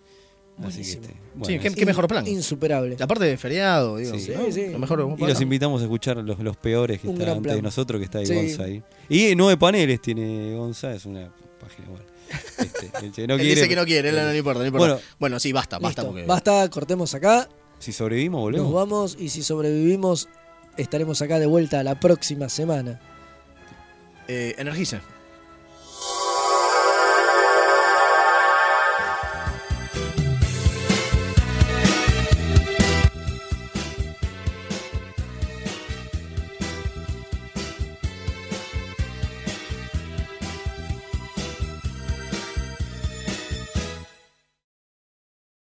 Así que, este, bueno,
sí, ¿qué,
es-
qué mejor plan.
Insuperable.
Aparte de feriado, digo.
Sí.
¿no? Lo mejor que
Y
pasa.
los invitamos a escuchar los, los peores que
Un
están
gran
antes
plan.
de nosotros, que está ahí
Sí.
Gonza ahí. Y nueve paneles tiene Gonza, es una página buena. Este, el que no
Él
quiere-
dice que no quiere, él no le importa, no le importa.
Bueno,
Bueno, sí, basta, basta.
Listo,
porque...
Basta, cortemos acá,
si sobrevivimos, volvemos.
nos vamos y si sobrevivimos estaremos acá de vuelta la próxima semana.
Eh, energice.